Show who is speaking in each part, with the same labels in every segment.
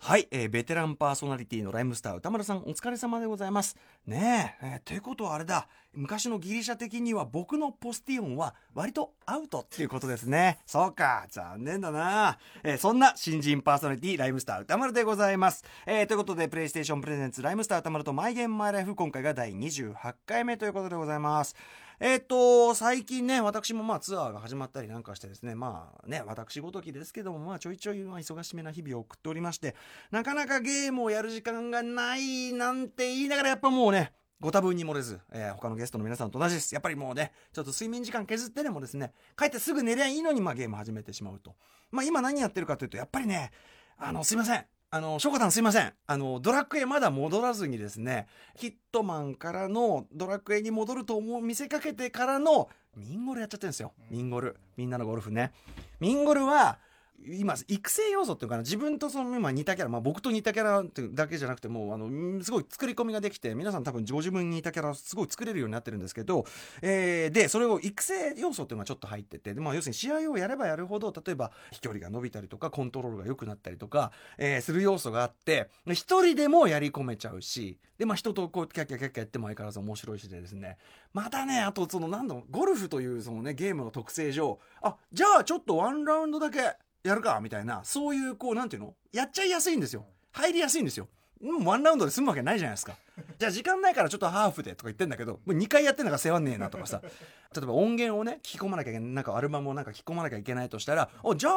Speaker 1: はい、えーベテランパーソナリティのライムスター歌丸さんお疲れ様でございますねええーてことはあれだ昔のギリシャ的には僕のポスティオンは割とアウトっていうことですねそうか残念だな、えーそんな新人パーソナリティライムスター歌丸でございます、えーということでプレイステーションプレゼンツライムスター歌丸とマイゲームマイライフ今回が第28回目ということでございますえっと、最近ね、私もまあツアーが始まったりなんかしてですね、まあね、私ごときですけども、まあちょいちょいまあ忙しめな日々を送っておりまして、なかなかゲームをやる時間がないなんて言いながらやっぱもうね、ご多分に漏れず、えー他のゲストの皆さんと同じです。やっぱりもうね、ちょっと睡眠時間削ってでもですね、帰ってすぐ寝りゃいいのに、まあゲーム始めてしまうと。まあ今何やってるかというと、やっぱりね、あの、すいません。あの、翔子さんすいません。あの、ドラクエまだ戻らずにですね、ヒットマンからのドラクエに戻ると思う見せかけてからのミンゴルやっちゃってるんですよ。ミンゴル。みんなのゴルフね。ミンゴルは、今、育成要素っていうかな、自分とその今似たキャラ、まあ僕と似たキャラっていうだけじゃなくてもう、あの、うんすごい作り込みができて、皆さん多分ご自分に似たキャラすごい作れるようになってるんですけど、えーで、それを育成要素っていうのがちょっと入ってて、でまあ要するに試合をやればやるほど、例えば飛距離が伸びたりとか、コントロールが良くなったりとか、えーする要素があって、で一人でもやり込めちゃうし、で、まあ人とこう、キャッキャッキャッキャやっても相変わらず面白いしでですね、またね、あとその何度も、ゴルフというそのね、ゲームの特性上、あ、じゃあちょっとワンラウンドだけやるか、みたいな、そういうこう、なんていうのやっちゃいやすいんですよ。入りやすいんですよ。うんワンラウンドで済むわけないじゃないですか。じゃあ時間ないからちょっとハーフでとか言ってんだけど、もう2回やってんだから世話ねえなとかさ、 例えば音源をね、聞き込まなきゃいけない、なんかアルバムをなんか聞き込まなきゃいけないとしたら、あじゃあ、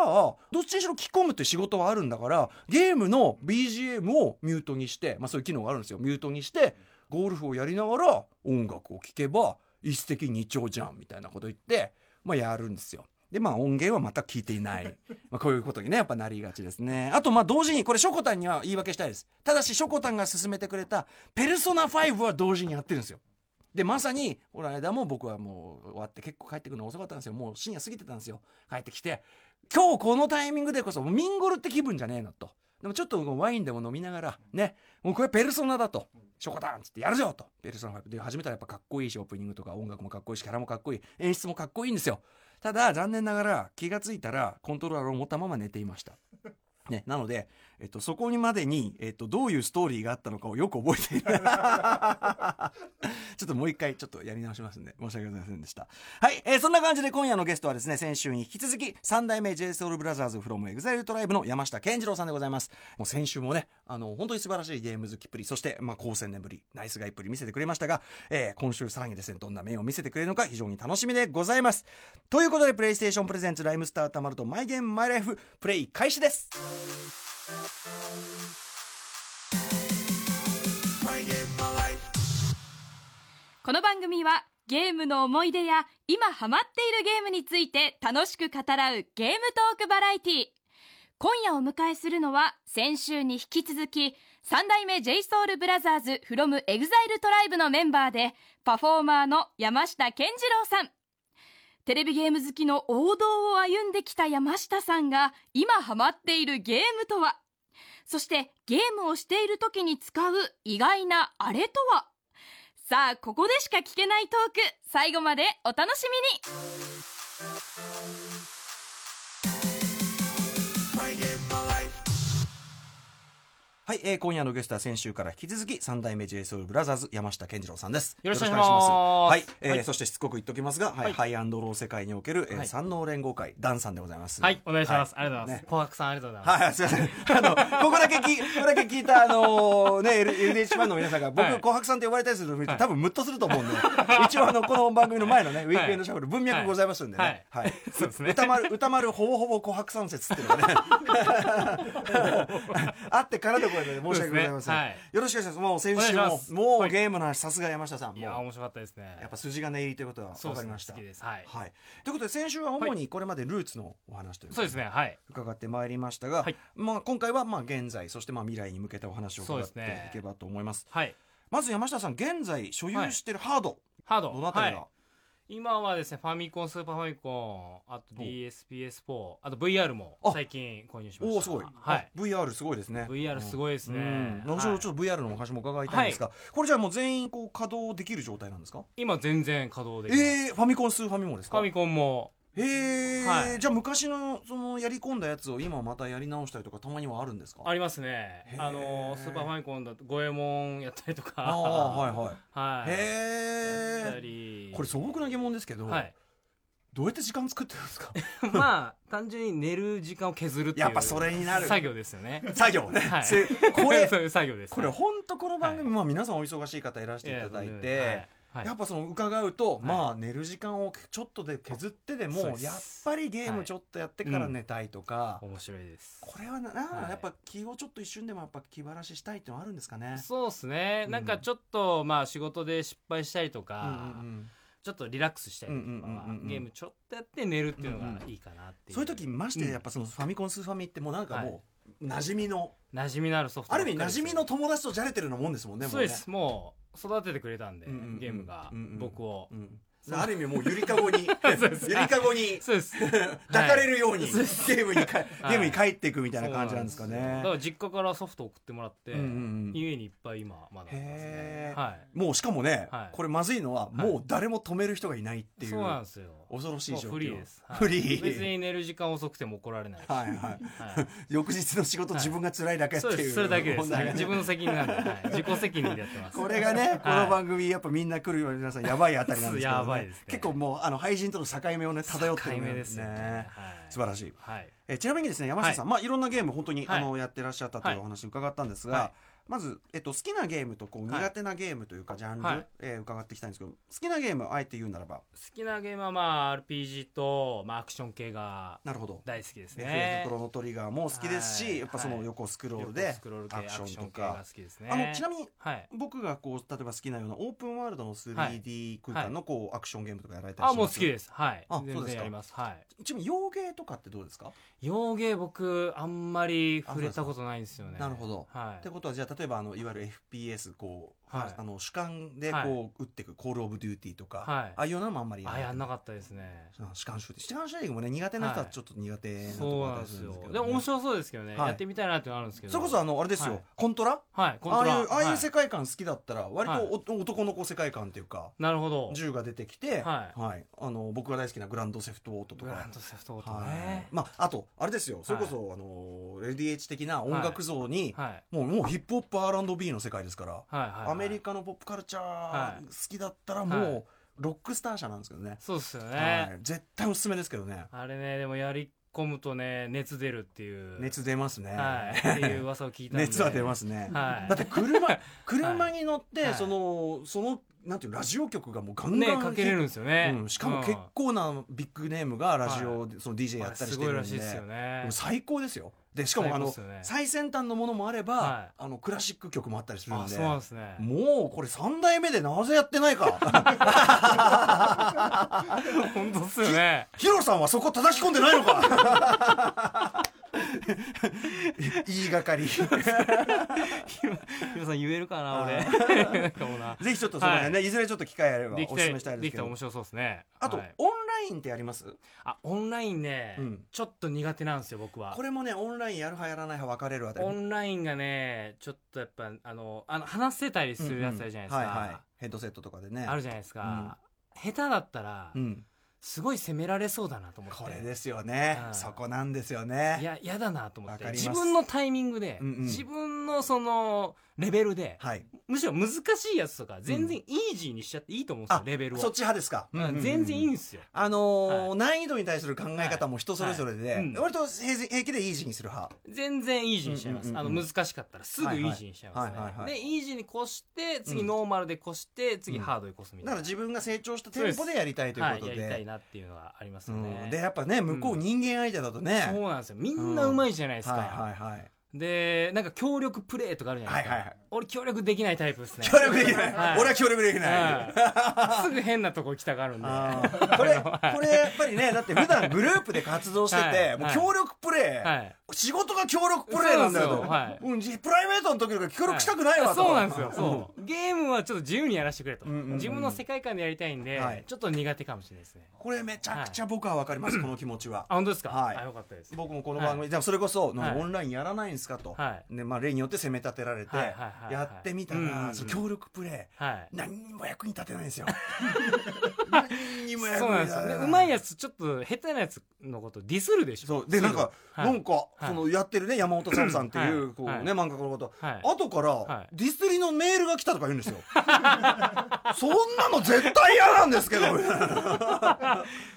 Speaker 1: どっちにしろ聞き込むって仕事はあるんだから、ゲームの BGM をミュートにして、まあそういう機能があるんですよ。ミュートにして、ゴルフをやりながら音楽を聴けば一石二鳥じゃんみたいなこと言って、まあ、やるんですよ。でまあ音源は全く聞いていない、まあ、こういうことにねやっぱなりがちですねあとまあ同時にこれしょこたんには言い訳したいですただししょこたんが勧めてくれた「ペルソナ5」は同時にやってるんですよでまさにこの間も僕はもう終わって結構帰ってくるの遅かったんですよもう深夜過ぎてたんですよ帰ってきて今日このタイミングでこそもうミンゴルって気分じゃねえなとでもちょっともうワインでも飲みながらねもうこれペルソナだとショコタンっつってやるぞとペルソナ5で始めたらやっぱかっこいいしオープニングとか音楽もかっこいいしキャラもかっこいい演出もかっこいいんですよただ残念ながら気がついたらコントローラーを持ったまま寝ていましたね、なので、えっと、そこにまでに、えっと、どういうストーリーがあったのかをよく覚えてい るちょっともう一回ちょっとやり直しますんで申し訳ございませんでしたはい、えーそんな感じで今夜のゲストはですね先週に引き続き三代目 JSOULBROTHERSFROMEXILETRIBE の山下健二郎さんでございますもう先週もねあの本当に素晴らしいゲーム好きっぷりそして、まあ、高専年ぶりナイスガイっぷり見せてくれましたが、えー今週さらにですねどんな面を見せてくれるのか非常に楽しみでございますということでプレイステーションプレゼンツライムスターたまるとマイゲームマイライフプレイ開始です
Speaker 2: この番組はゲームの思い出や今ハマっているゲームについて楽しく語らうゲームトークバラエティ今夜お迎えするのは先週に引き続き三代目 JSOULBROTHERSFROMEXILETRIBE のメンバーでパフォーマーの山下健二郎さんテレビゲーム好きの王道を歩んできた山下さんが今ハマっているゲームとはそしてゲームをしている時に使う意外なあれとはさあここでしか聞けないトーク最後までお楽しみに
Speaker 1: はい、えー今夜のゲストは先週から引き続き三代目 JSOULBROTHERS 山下健二郎さんです。
Speaker 3: よろしくお願いします
Speaker 1: はい、えー
Speaker 3: はい
Speaker 1: そしてしつこく言っときますが、はい、
Speaker 3: はい
Speaker 1: ハイアンドロー世界における、えー
Speaker 3: はい
Speaker 1: 三能連合会ダンさんでございます。
Speaker 3: はい、お願いします。
Speaker 1: は
Speaker 3: ありがとうございます。
Speaker 1: ね
Speaker 3: 紅白さん、ありがとうございます。
Speaker 1: はい、すいません。あの、ここだけ聞い、ここだけ聞いた、あのーね、L- LDH ファンの皆さんが、僕、
Speaker 3: はい
Speaker 1: 紅白さんって呼ばれたりするのを見ると、
Speaker 3: はい
Speaker 1: 多分ムッとすると思うんで、一応、あの、この番組の前のね、ウィークエンドシャッフル、文脈ございますんでね。はい。
Speaker 3: そうですね
Speaker 1: 歌丸、歌丸、ほぼほぼ紅白三節っていうの がね、あってからでこれで申し訳ございません。
Speaker 3: そうですねはい
Speaker 1: よろしくお願いします。もう先週
Speaker 3: お願いし
Speaker 1: も
Speaker 3: ま、す
Speaker 1: も
Speaker 3: は
Speaker 1: う
Speaker 3: い
Speaker 1: ゲームの話、さすが山下さん。も
Speaker 3: いうやー、
Speaker 1: や
Speaker 3: 面白かったですね。
Speaker 1: っぱ筋金入りということは
Speaker 3: そ
Speaker 1: 分
Speaker 3: う
Speaker 1: か
Speaker 3: です
Speaker 1: り
Speaker 3: ね
Speaker 1: ました。
Speaker 3: 好きです。はい。
Speaker 1: はい。ということで、先週は主にこれまでルーツのお話ということ
Speaker 3: そうですね、はい。
Speaker 1: 伺ってまいりましたが、
Speaker 3: はい
Speaker 1: まあ、今回はまあ現在そしてまあ未来に向けたお話を伺って
Speaker 3: そうですね
Speaker 1: いけばと思います
Speaker 3: はい。
Speaker 1: まず山下さん現在所有してるハード、
Speaker 3: ハード。
Speaker 1: どのあたりが、
Speaker 3: はい今はですね、ファミコン、スーパーファミコン、あと DSPS4、あと VR も
Speaker 1: あ
Speaker 3: 最近購入しました。
Speaker 1: おおすごい、
Speaker 3: はい。
Speaker 1: あ VR すごいですね
Speaker 3: VR す
Speaker 1: い
Speaker 3: ごいですね。
Speaker 1: 後
Speaker 3: は
Speaker 1: ほど
Speaker 3: い
Speaker 1: ちょっと VR のお話も伺いたいんですが、これじゃあもう全員こう稼働できる状態なんですか
Speaker 3: 今全然稼働できます
Speaker 1: えー、ファミコンスーファミもです
Speaker 3: フ
Speaker 1: か
Speaker 3: ァミコンも、
Speaker 1: へえ、
Speaker 3: はい
Speaker 1: じゃあ昔のそのやり込んだやつを今またやり直したりとかたまにはあるんですか
Speaker 3: ありますね
Speaker 1: へ。ー
Speaker 3: あの、スーパーファミコンだと、五右衛門やったりとか。
Speaker 1: ああはいはい
Speaker 3: はい。やった
Speaker 1: へ
Speaker 3: り
Speaker 1: えこれ素朴な疑問ですけど、
Speaker 3: はい。
Speaker 1: どうやって時間作ってるんですか
Speaker 3: まあ、単純に寝る時間を削るっていう。
Speaker 1: やっぱそれになる
Speaker 3: 作業ですよね。
Speaker 1: 作業ね、
Speaker 3: はい
Speaker 1: せこれ
Speaker 3: そういう作業です。
Speaker 1: これ本当この番組、
Speaker 3: は
Speaker 1: まあ、皆さんお忙しい方いらしていただいて、
Speaker 3: はい、
Speaker 1: や
Speaker 3: は
Speaker 1: っ
Speaker 3: い
Speaker 1: ぱその伺うと、
Speaker 3: い
Speaker 1: まあ寝る時間をちょっとで削ってで
Speaker 3: そう
Speaker 1: も
Speaker 3: です
Speaker 1: やっぱりゲームちょっとやってから
Speaker 3: うん
Speaker 1: 寝たいとか、
Speaker 3: 面白いです。
Speaker 1: これはななあ、
Speaker 3: はい
Speaker 1: やっぱ気をちょっと一瞬でもやっぱ気晴らししたいってのはあるんですかね。
Speaker 3: そうですね。
Speaker 1: うん
Speaker 3: なんかちょっと、まあ仕事で失敗したり
Speaker 1: う
Speaker 3: と
Speaker 1: んうん
Speaker 3: か、
Speaker 1: うん
Speaker 3: ちょっとリラックスしたりとか
Speaker 1: う
Speaker 3: は
Speaker 1: んうんうんうん
Speaker 3: ゲームちょっとやって寝るっていうのがいいかなっていう。
Speaker 1: そういう時ましてやっぱそのファミコンスーファミってもうなんかもう馴染みの、
Speaker 3: 馴染みのあるソフト
Speaker 1: あ
Speaker 3: ばっ
Speaker 1: る意
Speaker 3: かり
Speaker 1: 味
Speaker 3: で
Speaker 1: 馴
Speaker 3: す
Speaker 1: 染みの友達とじゃれてるのもんですもんねも
Speaker 3: そうですもう育ててくれたんで、
Speaker 1: うんうんうん
Speaker 3: ゲームが
Speaker 1: うんうん
Speaker 3: 僕を、
Speaker 1: うね、うんだからある意味もうゆりかごに
Speaker 3: そうです
Speaker 1: ゆりかごに
Speaker 3: そうです
Speaker 1: 抱かれ
Speaker 3: る
Speaker 1: るように、
Speaker 3: はい
Speaker 1: ゲームにか
Speaker 3: はい
Speaker 1: ゲームに帰っていくみたいな感じなんですかね
Speaker 3: だか。ら実家からソフト送ってもらって、
Speaker 1: うんうんうん
Speaker 3: 家にいっぱい今まだあります
Speaker 1: へ
Speaker 3: ね
Speaker 1: ー
Speaker 3: はい
Speaker 1: もうしかもね、
Speaker 3: はい
Speaker 1: これまずいのはもう誰も止める人がいないっていう
Speaker 3: そうなんですよ
Speaker 1: 恐ろしい
Speaker 3: もう
Speaker 1: 状況
Speaker 3: フリーです、はい
Speaker 1: フリー
Speaker 3: 別に寝る時間遅くても怒られないし
Speaker 1: はいはい
Speaker 3: は
Speaker 1: 翌日の仕事
Speaker 3: はい
Speaker 1: 自分が辛いだけ
Speaker 3: い
Speaker 1: って
Speaker 3: そうで
Speaker 1: い
Speaker 3: す
Speaker 1: う
Speaker 3: それだけです、
Speaker 1: 問題がね
Speaker 3: 自分の責任なんで、はい自己責任でやってます
Speaker 1: これがね、こ
Speaker 3: はい
Speaker 1: の番組、やっぱみんな来るように皆さん、やばいあたりなんですけど、ね、
Speaker 3: やばいですね
Speaker 1: 結構もう、あの、配信との境目をね、漂ってる
Speaker 3: 解
Speaker 1: ん
Speaker 3: 明ですよねはい
Speaker 1: 素晴らしい。
Speaker 3: はい
Speaker 1: えちなみにですね、山下さん、まあ、いろんなゲーム、本当に、
Speaker 3: はい
Speaker 1: あの、やってらっしゃったとい
Speaker 3: は
Speaker 1: う
Speaker 3: い
Speaker 1: お話伺ったんですが、
Speaker 3: はい
Speaker 1: まず、えっと、好きなゲームと、こう、
Speaker 3: はい
Speaker 1: 苦手なゲームというか、ジャンル、
Speaker 3: はい
Speaker 1: えー伺っていきたいんですけど、好きなゲーム、あえて言うならば、
Speaker 3: 好きなゲームはまあ RPG と、まあ、アクション系が
Speaker 1: なるほど。
Speaker 3: 大好きですね
Speaker 1: FF クロノトリガーも好きですし、
Speaker 3: はい
Speaker 1: やっぱその
Speaker 3: はい
Speaker 1: 横スクロール
Speaker 3: よ
Speaker 1: で
Speaker 3: くスクロール系
Speaker 1: ア
Speaker 3: ア
Speaker 1: ク
Speaker 3: ク
Speaker 1: シ
Speaker 3: シ
Speaker 1: ョン
Speaker 3: ョ
Speaker 1: と
Speaker 3: ン系が
Speaker 1: か
Speaker 3: 好、きですね
Speaker 1: あのちなみに
Speaker 3: はい
Speaker 1: 僕がこう例えば好きなようなオープンワールドの 3D 空間のこう、アクションゲームとかやられたりしま
Speaker 3: あ
Speaker 1: す
Speaker 3: もう好きですはい
Speaker 1: あそう
Speaker 3: 全
Speaker 1: です
Speaker 3: 然
Speaker 1: か
Speaker 3: やりますはい
Speaker 1: ちなみに洋芸とかってどうですか、
Speaker 3: 洋芸僕あんまり触れたことないんですよね
Speaker 1: なるほど
Speaker 3: は
Speaker 1: って
Speaker 3: い
Speaker 1: ことはじゃあ例えばあのいわゆる FPS こう、
Speaker 3: はい
Speaker 1: あの主観でこう、
Speaker 3: は
Speaker 1: 打っていくコールオブデューティーとか、
Speaker 3: はい
Speaker 1: ああいうのもあんまり
Speaker 3: あやんな
Speaker 1: か
Speaker 3: かったですね
Speaker 1: 主観シューティング主観シューティングもね苦手な人はちょっと苦手なと
Speaker 3: そ
Speaker 1: こ
Speaker 3: う
Speaker 1: ろ
Speaker 3: な
Speaker 1: だった
Speaker 3: んで
Speaker 1: り
Speaker 3: す
Speaker 1: る
Speaker 3: よ
Speaker 1: けど
Speaker 3: でも面白そうですけどね
Speaker 1: はい
Speaker 3: やってみたいなってのあるんですけど
Speaker 1: それこそあのあれですよ、
Speaker 3: はい
Speaker 1: コントラ
Speaker 3: はいコントラ
Speaker 1: ああいうああいう世
Speaker 3: は
Speaker 1: 界観好きだったら割とお、男の子世界観っていうか
Speaker 3: なるほど
Speaker 1: 銃が出てきて、
Speaker 3: はい
Speaker 1: あの僕が大好きなグランドセフトオートと
Speaker 3: ブ
Speaker 1: か
Speaker 3: ランドセフトオート
Speaker 1: は
Speaker 3: ね
Speaker 1: い、まああとあれですよそれこそ、あの LDH 的な音楽像に、
Speaker 3: はい
Speaker 1: もうもうヒップホップ R&B の世界ですから、
Speaker 3: はいはいはい
Speaker 1: アメリカのポップカルチャー
Speaker 3: はい
Speaker 1: 好きだったらもう、
Speaker 3: はい
Speaker 1: ロックスター社なんですけどね、
Speaker 3: そうですよ
Speaker 1: は
Speaker 3: ね
Speaker 1: い、絶対おすすめですけどね
Speaker 3: あれねでもやり込むとね熱出るっていう
Speaker 1: 熱出ますね、
Speaker 3: はいっていう噂を聞いたんで
Speaker 1: 熱は出ますすね、
Speaker 3: はい
Speaker 1: だって車車に乗って、
Speaker 3: はい
Speaker 1: そのそのなんていうのラジオ局がもうガン
Speaker 3: ね
Speaker 1: ガン、
Speaker 3: かけれるんですよね
Speaker 1: うん、しかも結構なビッグネームがラジオで、その DJ
Speaker 3: うん
Speaker 1: や
Speaker 3: あ
Speaker 1: っ
Speaker 3: れ
Speaker 1: たり
Speaker 3: す
Speaker 1: して
Speaker 3: ごい
Speaker 1: るん
Speaker 3: ら
Speaker 1: で
Speaker 3: しいですよね
Speaker 1: もう最高ですよでしかもあの、
Speaker 3: 最高っすよね
Speaker 1: 最先端のものもあれば、
Speaker 3: はい
Speaker 1: あのクラシック曲もあったりするん
Speaker 3: あ
Speaker 1: で
Speaker 3: そうなんですね
Speaker 1: もうこれ3代目でなぜやってないか
Speaker 3: 本当っすよね
Speaker 1: ヒロさんはそこ叩き込んでないのか言いが かり
Speaker 3: ヒロさん言えるかな
Speaker 1: あ
Speaker 3: 俺なんかもうな
Speaker 1: ぜひちょっとその辺ね、い、ずれちょっと機会あれば
Speaker 3: でき
Speaker 1: おすす
Speaker 3: た
Speaker 1: めしたい
Speaker 3: ら
Speaker 1: で
Speaker 3: ですき
Speaker 1: け
Speaker 3: たら
Speaker 1: ど
Speaker 3: 面白そうですね
Speaker 1: あと、
Speaker 3: はい
Speaker 1: オンラインってやります
Speaker 3: あオンラインね
Speaker 1: うん
Speaker 3: ちょっと苦手なんですよ僕は
Speaker 1: これもねオンラインやる派やらない派分かれるあたり
Speaker 3: オンラインがねちょっとやっぱあのあの話せたりするやつあるじゃないです
Speaker 1: うんうんはいはい
Speaker 3: か、
Speaker 1: ヘッドセットとかでね
Speaker 3: あるじゃないですか下手だったら
Speaker 1: うん、
Speaker 3: すごい責められそうだなと思って
Speaker 1: これですよね、
Speaker 3: うん
Speaker 1: そこなんですよね
Speaker 3: いや嫌だなと思って
Speaker 1: わかります
Speaker 3: 自分のタイミングで
Speaker 1: うんうん
Speaker 3: 自分のそのレベルで
Speaker 1: はい
Speaker 3: むしろ難しいやつとか全然イージーにしちゃっていいと思うんですよ
Speaker 1: あ
Speaker 3: レベルを
Speaker 1: そっち派ですか、
Speaker 3: うん全然いいんですよ
Speaker 1: あのー難易度に対する考え方も人それぞれで、
Speaker 3: はいはいうん
Speaker 1: 割と平然平気でイージーにする派
Speaker 3: 全然イージーにしちゃいます、
Speaker 1: うんうんうんうん
Speaker 3: あの難しかったらすぐイージーにしちゃいますね、
Speaker 1: はいはいはいはいはい
Speaker 3: でイージーに越して次ノーマルで越して、次ハードに越すみ
Speaker 1: だから
Speaker 3: たいな、
Speaker 1: 自分が成長したテンポでやりたいということ
Speaker 3: はい、
Speaker 1: で,、
Speaker 3: やりたいなっていうのがありますよね、
Speaker 1: うん、でやっぱね向こう人間相手だとね、
Speaker 3: そうなんですよみんなうまいじゃないですか、
Speaker 1: はいはいはい
Speaker 3: でなんか協力プレイとかあるじゃないですか、
Speaker 1: はいはいはい
Speaker 3: 俺協力できないタイプです ね
Speaker 1: 協力できない、
Speaker 3: はい
Speaker 1: 俺は協力できない、
Speaker 3: はいすぐ変なとこ行きたがるんで
Speaker 1: あーこれ、これやっぱりね、だって普段グループで活動してて、
Speaker 3: はい
Speaker 1: もう協力プレイ、
Speaker 3: はい
Speaker 1: 仕事が協力プレイなんだよ
Speaker 3: そうなんですよ
Speaker 1: うんじプライベートの時とか協力したくないわ、
Speaker 3: は
Speaker 1: と
Speaker 3: そうなんですよそううゲームはちょっと自由にやらせてくれと、
Speaker 1: うんうんうん
Speaker 3: 自分の世界観でやりたいんで、
Speaker 1: はい
Speaker 3: ちょっと苦手かもしれないですね
Speaker 1: これめちゃくちゃ僕は分かり ます、この気持ちは
Speaker 3: あ本当ですか、
Speaker 1: はい
Speaker 3: あよかったです
Speaker 1: 僕もこの番組、でもそれこそ、なんか
Speaker 3: はい
Speaker 1: オンラインやらないんですかと、
Speaker 3: はい
Speaker 1: ねまあ、例によって責め立てられて、
Speaker 3: はいはいはいはい
Speaker 1: やってみたら、
Speaker 3: うんうんうん
Speaker 1: その協力プレイ
Speaker 3: はい
Speaker 1: 何にも役に立てないん ですよ何にも役に立てない
Speaker 3: そうなんですよでうまいやつちょっと下手なやつのことディスるでしょ
Speaker 1: そうでなんか、
Speaker 3: はい
Speaker 1: なんか、
Speaker 3: はい
Speaker 1: そのやってるね山本さんさんっていう、
Speaker 3: はい
Speaker 1: こうね、
Speaker 3: はい
Speaker 1: 漫画家のこと、
Speaker 3: はい
Speaker 1: 後から、
Speaker 3: は
Speaker 1: ディスりのメールが来たとか言うんですよそんなの絶対嫌なんですけど立ち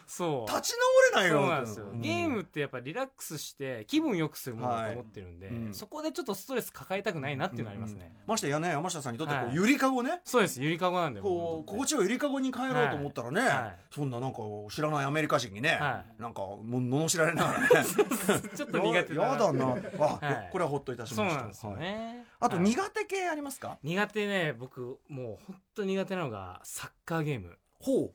Speaker 3: そう
Speaker 1: 直れないよ
Speaker 3: そうなんですよ、
Speaker 1: うん
Speaker 3: ゲームってやっぱリラックスして気分良くするものだと思ってるんで、
Speaker 1: はいうん
Speaker 3: そこでちょっとストレス抱えたくないなっていうのはありますね、
Speaker 1: ましてやね山下さんにとってこう、
Speaker 3: はい
Speaker 1: ゆりかごね
Speaker 3: そうですゆりかごなんで
Speaker 1: こう
Speaker 3: 僕
Speaker 1: 心地よいゆりかごに帰ろうと思ったらね、
Speaker 3: はいはい
Speaker 1: そんななんか知らないアメリカ人にね、
Speaker 3: は
Speaker 1: なんかもう罵られながら ね
Speaker 3: ちょっと苦 手
Speaker 1: やだなあ、
Speaker 3: はい
Speaker 1: これはほっといたし
Speaker 3: そう
Speaker 1: ました
Speaker 3: なんですよ
Speaker 1: はい
Speaker 3: ね、
Speaker 1: あと
Speaker 3: はい
Speaker 1: 苦手系ありますか、
Speaker 3: 苦手ね僕もう本当苦手なのがサッカーゲーム
Speaker 1: ほ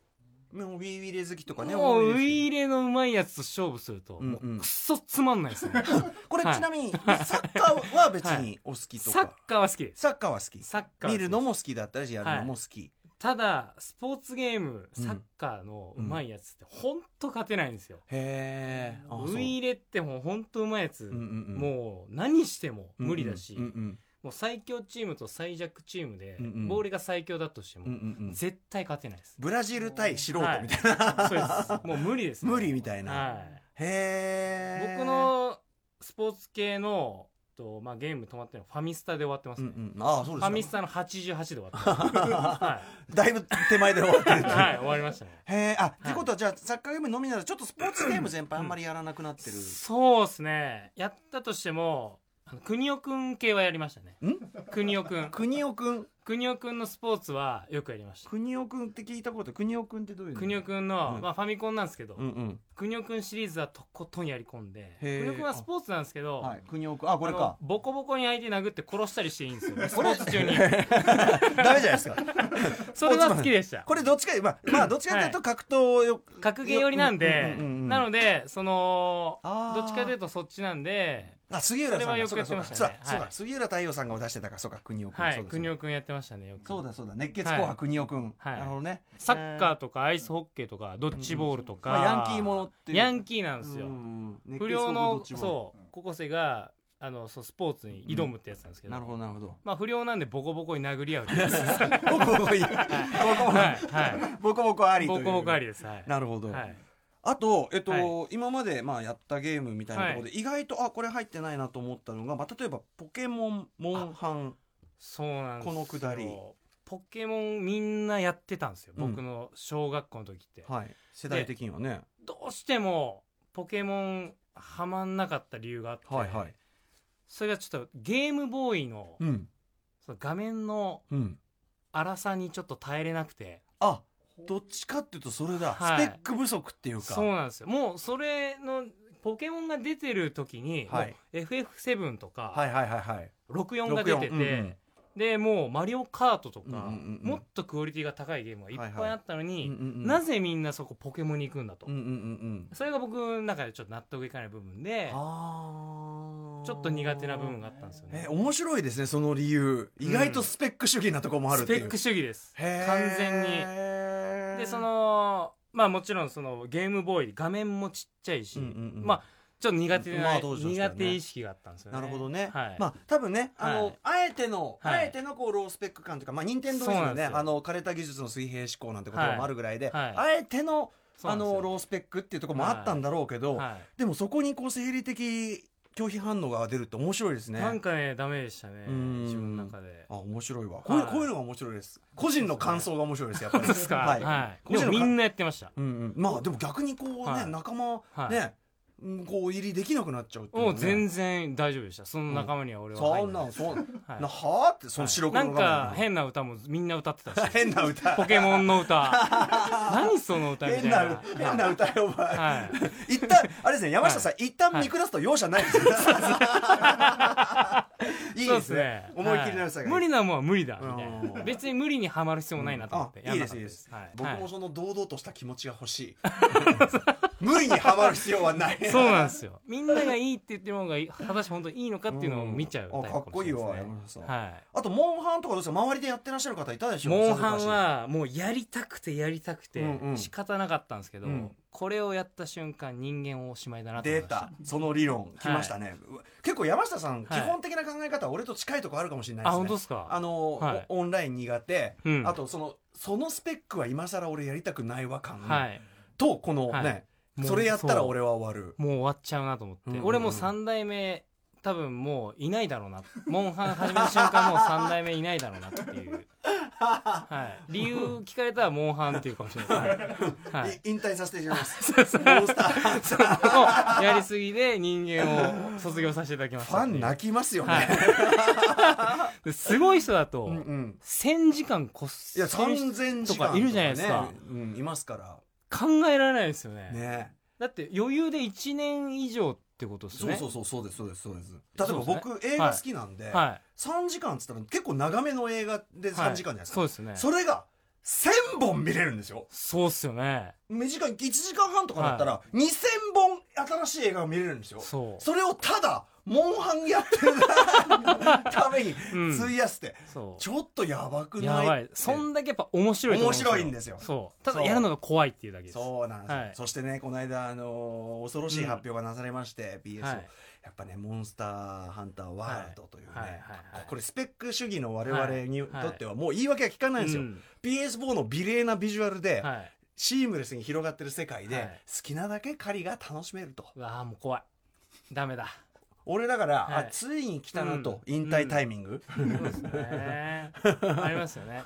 Speaker 1: うもうウィーウィレ好きとかね
Speaker 3: もう
Speaker 1: ウ
Speaker 3: ウ
Speaker 1: ィーウィレ
Speaker 3: イイレのうまいやつと勝負すると、
Speaker 1: うんうん
Speaker 3: もうくそつまんないで すね
Speaker 1: これ
Speaker 3: はい
Speaker 1: ちなみに、サッカーは別にお好きとか、
Speaker 3: サッカーは好きです
Speaker 1: サッカーは好き
Speaker 3: サッカーは好
Speaker 1: 見
Speaker 3: きで
Speaker 1: る
Speaker 3: す
Speaker 1: のも好きだったしやるのも好き、
Speaker 3: ただスポーツゲーム
Speaker 1: うん
Speaker 3: サッカーのうまいやつって本当勝てないんですよ、
Speaker 1: へえ
Speaker 3: ウイイレってもう本当うまいやつ、もう何しても無理だし、
Speaker 1: うんうん
Speaker 3: もう最強チームと最弱チームで、
Speaker 1: うんうん
Speaker 3: ボールが最強だとしても、
Speaker 1: うんうんうん
Speaker 3: 絶対勝て ないです。
Speaker 1: ブラジル対素人みたいな、
Speaker 3: そう です。もう無理です、
Speaker 1: 無理みたいな、
Speaker 3: はい。
Speaker 1: へえ
Speaker 3: 僕のスポーツ系のと、まあ、ゲーム止まってるのファミスタで終わってます
Speaker 1: うん
Speaker 3: ね、
Speaker 1: うんああそうで
Speaker 3: フ
Speaker 1: す
Speaker 3: ァ
Speaker 1: か
Speaker 3: ミスタの88で終わってます、 は
Speaker 1: だいぶ手前で終わって
Speaker 3: い、
Speaker 1: る
Speaker 3: はい、終わりましたね
Speaker 1: へえあ、ってことはじゃあサッカーゲームのみならずちょっとスポーツゲーム全般あんまりやらなくなってる、
Speaker 3: そうですねやったとしてもあの国尾くん系はやりましたね
Speaker 1: ん
Speaker 3: 国尾くん
Speaker 1: 国尾くん
Speaker 3: 国尾くんのスポーツはよくやりました
Speaker 1: 国尾くんって聞いたこと国尾くんってどういうの
Speaker 3: 国尾くんの、
Speaker 1: うん
Speaker 3: まあ、ファミコンなんですけど、
Speaker 1: うんうん
Speaker 3: 国尾くんシリーズはとことんやり込んで
Speaker 1: へー
Speaker 3: 国尾くんはスポーツなんですけど、
Speaker 1: はい国尾くんあこれ
Speaker 3: あの
Speaker 1: か
Speaker 3: ボコボコに相手殴って殺したりしていいんですよ ねスポーツ中に
Speaker 1: ダメじゃないですか
Speaker 3: それは好きでした
Speaker 1: これどっちかまあ、まあ、どっちかというと格闘をよ、
Speaker 3: 格ゲー寄りなんで、
Speaker 1: うんうんうんうん
Speaker 3: なのでその
Speaker 1: あー
Speaker 3: どっちかというとそっちなんで
Speaker 1: あ杉浦さん
Speaker 3: それは
Speaker 1: が
Speaker 3: よ
Speaker 1: そ
Speaker 3: く
Speaker 1: う
Speaker 3: や
Speaker 1: か
Speaker 3: って
Speaker 1: そうか
Speaker 3: ましたね
Speaker 1: そうだそう
Speaker 3: は
Speaker 1: だ
Speaker 3: い
Speaker 1: 杉浦太陽さんが出してたからそうか国尾くん
Speaker 3: はい
Speaker 1: そうだ
Speaker 3: 国尾くんやってましたねよく
Speaker 1: そうだそうだ熱血紅
Speaker 3: は
Speaker 1: 白
Speaker 3: い
Speaker 1: 国尾くん
Speaker 3: は
Speaker 1: な
Speaker 3: い
Speaker 1: るほどね
Speaker 3: サッカーとかアイスホッケーとかドッジボールとか、
Speaker 1: まあヤンキーものっていう
Speaker 3: ヤンキーなんですよ、
Speaker 1: ー
Speaker 3: 不良のそう高校生があのそうスポーツに挑むってやつなんですけど、
Speaker 1: なるほどなる ほど
Speaker 3: まあ不良なんでボコボコに殴り合うってやつですはい
Speaker 1: ボコボコいい
Speaker 3: はいは
Speaker 1: ボコボコあり
Speaker 3: い
Speaker 1: とい
Speaker 3: ボ
Speaker 1: う
Speaker 3: コボコありですはい
Speaker 1: なるほど、
Speaker 3: はい
Speaker 1: あと、えっと
Speaker 3: は
Speaker 1: 今までまあやったゲームみたいなところで、意外とあこれ入ってないなと思ったのが、まあ、例えば「ポケモンモンハン
Speaker 3: そうなんですよ
Speaker 1: このくだり
Speaker 3: ポケモンみんなやってたんですよ、
Speaker 1: うん
Speaker 3: 僕の小学校の時って」、
Speaker 1: はい、世代的にはね。
Speaker 3: どうしてもポケモンはまんなかった理由があって、
Speaker 1: はいはい。
Speaker 3: それがちょっとゲームボーイの,、
Speaker 1: うん
Speaker 3: その画面の
Speaker 1: うん。
Speaker 3: 粗さにちょっと耐えれなくて
Speaker 1: あどっちかっていうとそれだ、
Speaker 3: はい
Speaker 1: スペック不足っていうか。
Speaker 3: そうなんですよもうそれのポケモンが出てる時に、
Speaker 1: はい
Speaker 3: もう FF7 と
Speaker 1: は
Speaker 3: か
Speaker 1: いはいはいはい。
Speaker 3: 64が出てて、
Speaker 1: 64うんうん
Speaker 3: でもう「マリオカート」とか、
Speaker 1: うんうんうんうん
Speaker 3: もっとクオリティが高いゲームがいっぱいあったのに、
Speaker 1: うんうんうん
Speaker 3: なぜみんなそこポケモンに行くんだと、
Speaker 1: うんうんうん
Speaker 3: それが僕の中でちょっと納得いかない部分
Speaker 1: うん。
Speaker 3: で
Speaker 1: あー
Speaker 3: ちょっと苦手な部分があったんですよね
Speaker 1: え面白いですねその理由意外とスペック主義なとこもあるっ
Speaker 3: ス
Speaker 1: て
Speaker 3: ペ
Speaker 1: いう、
Speaker 3: ック主義です
Speaker 1: へー
Speaker 3: 完全にでそのまあもちろんそのゲームボーイ画面もちっちゃいし、
Speaker 1: うんうんうん
Speaker 3: まあちょっと苦手な、
Speaker 1: まあ当時の人は
Speaker 3: 苦
Speaker 1: ね
Speaker 3: 手意識があったんですよね
Speaker 1: なるほどね、
Speaker 3: はい、
Speaker 1: まあ多分ねあの、
Speaker 3: はい
Speaker 1: あえての、
Speaker 3: はい
Speaker 1: あえてのこうロースペック感というかまあ任天堂
Speaker 3: そうな
Speaker 1: の
Speaker 3: ん
Speaker 1: ね
Speaker 3: ですよ
Speaker 1: あの枯れた技術の水平思考なんて言葉もあるぐらいで、
Speaker 3: はい
Speaker 1: あえての
Speaker 3: そう
Speaker 1: あ
Speaker 3: なんですよ
Speaker 1: のロースペックっていうところもあったんだろうけど、
Speaker 3: は
Speaker 1: でもそこにこう生理的拒否反応が出るって面白いです
Speaker 3: い、
Speaker 1: ね
Speaker 3: なんかねダメでしたね
Speaker 1: うん
Speaker 3: 自分の中で
Speaker 1: あ面白いわこういう
Speaker 3: はい
Speaker 1: こういうのが面白いです個人の感想が面白いですやっぱり
Speaker 3: そうですか
Speaker 1: はい、
Speaker 3: はい、
Speaker 1: 個
Speaker 3: で
Speaker 1: 人
Speaker 3: も
Speaker 1: の
Speaker 3: み
Speaker 1: 感
Speaker 3: んなやってました
Speaker 1: うんうん、まあでも逆にこうね、
Speaker 3: はい
Speaker 1: 仲間
Speaker 3: はい
Speaker 1: ね、うんこう入りできなくなっちゃうっていうのは
Speaker 3: もう
Speaker 1: ね
Speaker 3: 全然大丈夫でしたその仲間には俺は
Speaker 1: そ
Speaker 3: 入
Speaker 1: ん
Speaker 3: ん
Speaker 1: な
Speaker 3: ない
Speaker 1: んそんな
Speaker 3: はい
Speaker 1: なはあってその白
Speaker 3: な
Speaker 1: 黒の
Speaker 3: ん
Speaker 1: 画面
Speaker 3: か変な歌もみんな歌ってた し
Speaker 1: 変な歌
Speaker 3: ポケモンの歌 何その歌みたい
Speaker 1: 変
Speaker 3: な
Speaker 1: な変な歌よお前、
Speaker 3: はい
Speaker 1: 一旦あれですね山下さん、一旦見下すと容赦ないですね、 い、い
Speaker 3: そ
Speaker 1: で
Speaker 3: うですす
Speaker 1: ね
Speaker 3: ね。
Speaker 1: 思い切りの良さがいい、
Speaker 3: は無理なもんは無理だ。みたい
Speaker 1: うん
Speaker 3: な。別に無理にはまる必要もないなと思って。
Speaker 1: あいいですいい
Speaker 3: や
Speaker 1: で
Speaker 3: んなかった
Speaker 1: す、
Speaker 3: はい。
Speaker 1: 僕
Speaker 3: は
Speaker 1: も
Speaker 3: い
Speaker 1: その堂々とした気持ちが欲しい無理にハマる必要はない
Speaker 3: そうなんですよ みんながいいって言ってるものが果たして本当にいいのかっていうのを見ちゃう、
Speaker 1: あかっこいいわ
Speaker 3: タイプ
Speaker 1: 山
Speaker 3: かも
Speaker 1: 村さん、
Speaker 3: しれないですねはい
Speaker 1: あとモンハンとかどうですか周りでやってらっしゃる方いたでしょ
Speaker 3: モンハンはもうやりたくてやりたくて
Speaker 1: うんうん
Speaker 3: 仕方なかったんですけど、
Speaker 1: うん
Speaker 3: これをやった瞬間人間をおしまいだなと思い
Speaker 1: 出
Speaker 3: ました
Speaker 1: たその理論きましたね、うわ結構山下さん、
Speaker 3: はい
Speaker 1: 基本的な考え方は俺と近いとこあるかもしれないです
Speaker 3: あ
Speaker 1: ね
Speaker 3: 本当ですか
Speaker 1: あの、
Speaker 3: はい
Speaker 1: おオンライン苦手、
Speaker 3: うん
Speaker 1: あとそのそのスペックは今更俺やりたくないわ感、
Speaker 3: はい
Speaker 1: とこのね、
Speaker 3: はいもう
Speaker 1: それやったら
Speaker 3: そう
Speaker 1: 俺は終わる
Speaker 3: もう終わっちゃうなと思って、
Speaker 1: うんうんうん
Speaker 3: 俺もう3代目多分もういないだろうなモンハン始めた瞬間もう3代目いないだろうなって いう、はい、理由聞かれたらモンハンっていうかもしれない、 はいはい、
Speaker 1: い引退させていただき ますモンスターハンター
Speaker 3: を やりすぎで人 間を卒業させていただきまし
Speaker 1: フ
Speaker 3: た
Speaker 1: ァン泣きますよね、
Speaker 3: はい、ですごい人だと、
Speaker 1: うんうん
Speaker 3: 1000時間こっ
Speaker 1: いや
Speaker 3: そりし
Speaker 1: 3000時間
Speaker 3: とかいるじゃないですか
Speaker 1: ねうん、いますか
Speaker 3: 考えられないですよね
Speaker 1: らね
Speaker 3: だって余裕で1年以上ってことです
Speaker 1: そう
Speaker 3: ね
Speaker 1: そうそうそうですそうですそうです例えば
Speaker 3: そうです
Speaker 1: 僕、映画好きなんで、
Speaker 3: は
Speaker 1: 3時間っつったら結構長めの映画で
Speaker 3: い
Speaker 1: 3時間じゃないですか、
Speaker 3: そうですね
Speaker 1: それが1000本見れるんですよ
Speaker 3: そうっすよね
Speaker 1: 短い1時間半とかだったら2000本新しい映画が見れるんですよ
Speaker 3: そう
Speaker 1: それをただモンハンやってる ために
Speaker 3: うん
Speaker 1: 費やして、
Speaker 3: そう
Speaker 1: ちょっとやばく
Speaker 3: や
Speaker 1: ない
Speaker 3: ばいそんだけやっぱ面白いと思
Speaker 1: 面
Speaker 3: う
Speaker 1: 白いんですよ
Speaker 3: そうた
Speaker 1: そ
Speaker 3: だ
Speaker 1: う
Speaker 3: やるのが怖いっていうだけです
Speaker 1: そうなんですよ、
Speaker 3: はい
Speaker 1: そしてねこの間、あのー恐ろしい発表がなされまして、BS を、
Speaker 3: はい
Speaker 1: やっぱね「モンスターハンターワールド」というね、
Speaker 3: はいはいはいはい
Speaker 1: これスペック主義の我々に
Speaker 3: はい
Speaker 1: とってはもう言い訳は聞かないんですよ、
Speaker 3: うん
Speaker 1: PS4 の美麗なビジュアルで、
Speaker 3: はい
Speaker 1: シームレスに広がってる世界で、
Speaker 3: はい
Speaker 1: 好きなだけ狩りが楽しめると
Speaker 3: うわあもう怖いダメだ
Speaker 1: 俺だから、
Speaker 3: はい
Speaker 1: あついに来たなと、
Speaker 3: うん
Speaker 1: 引退タイミング、
Speaker 3: そうですねありますよね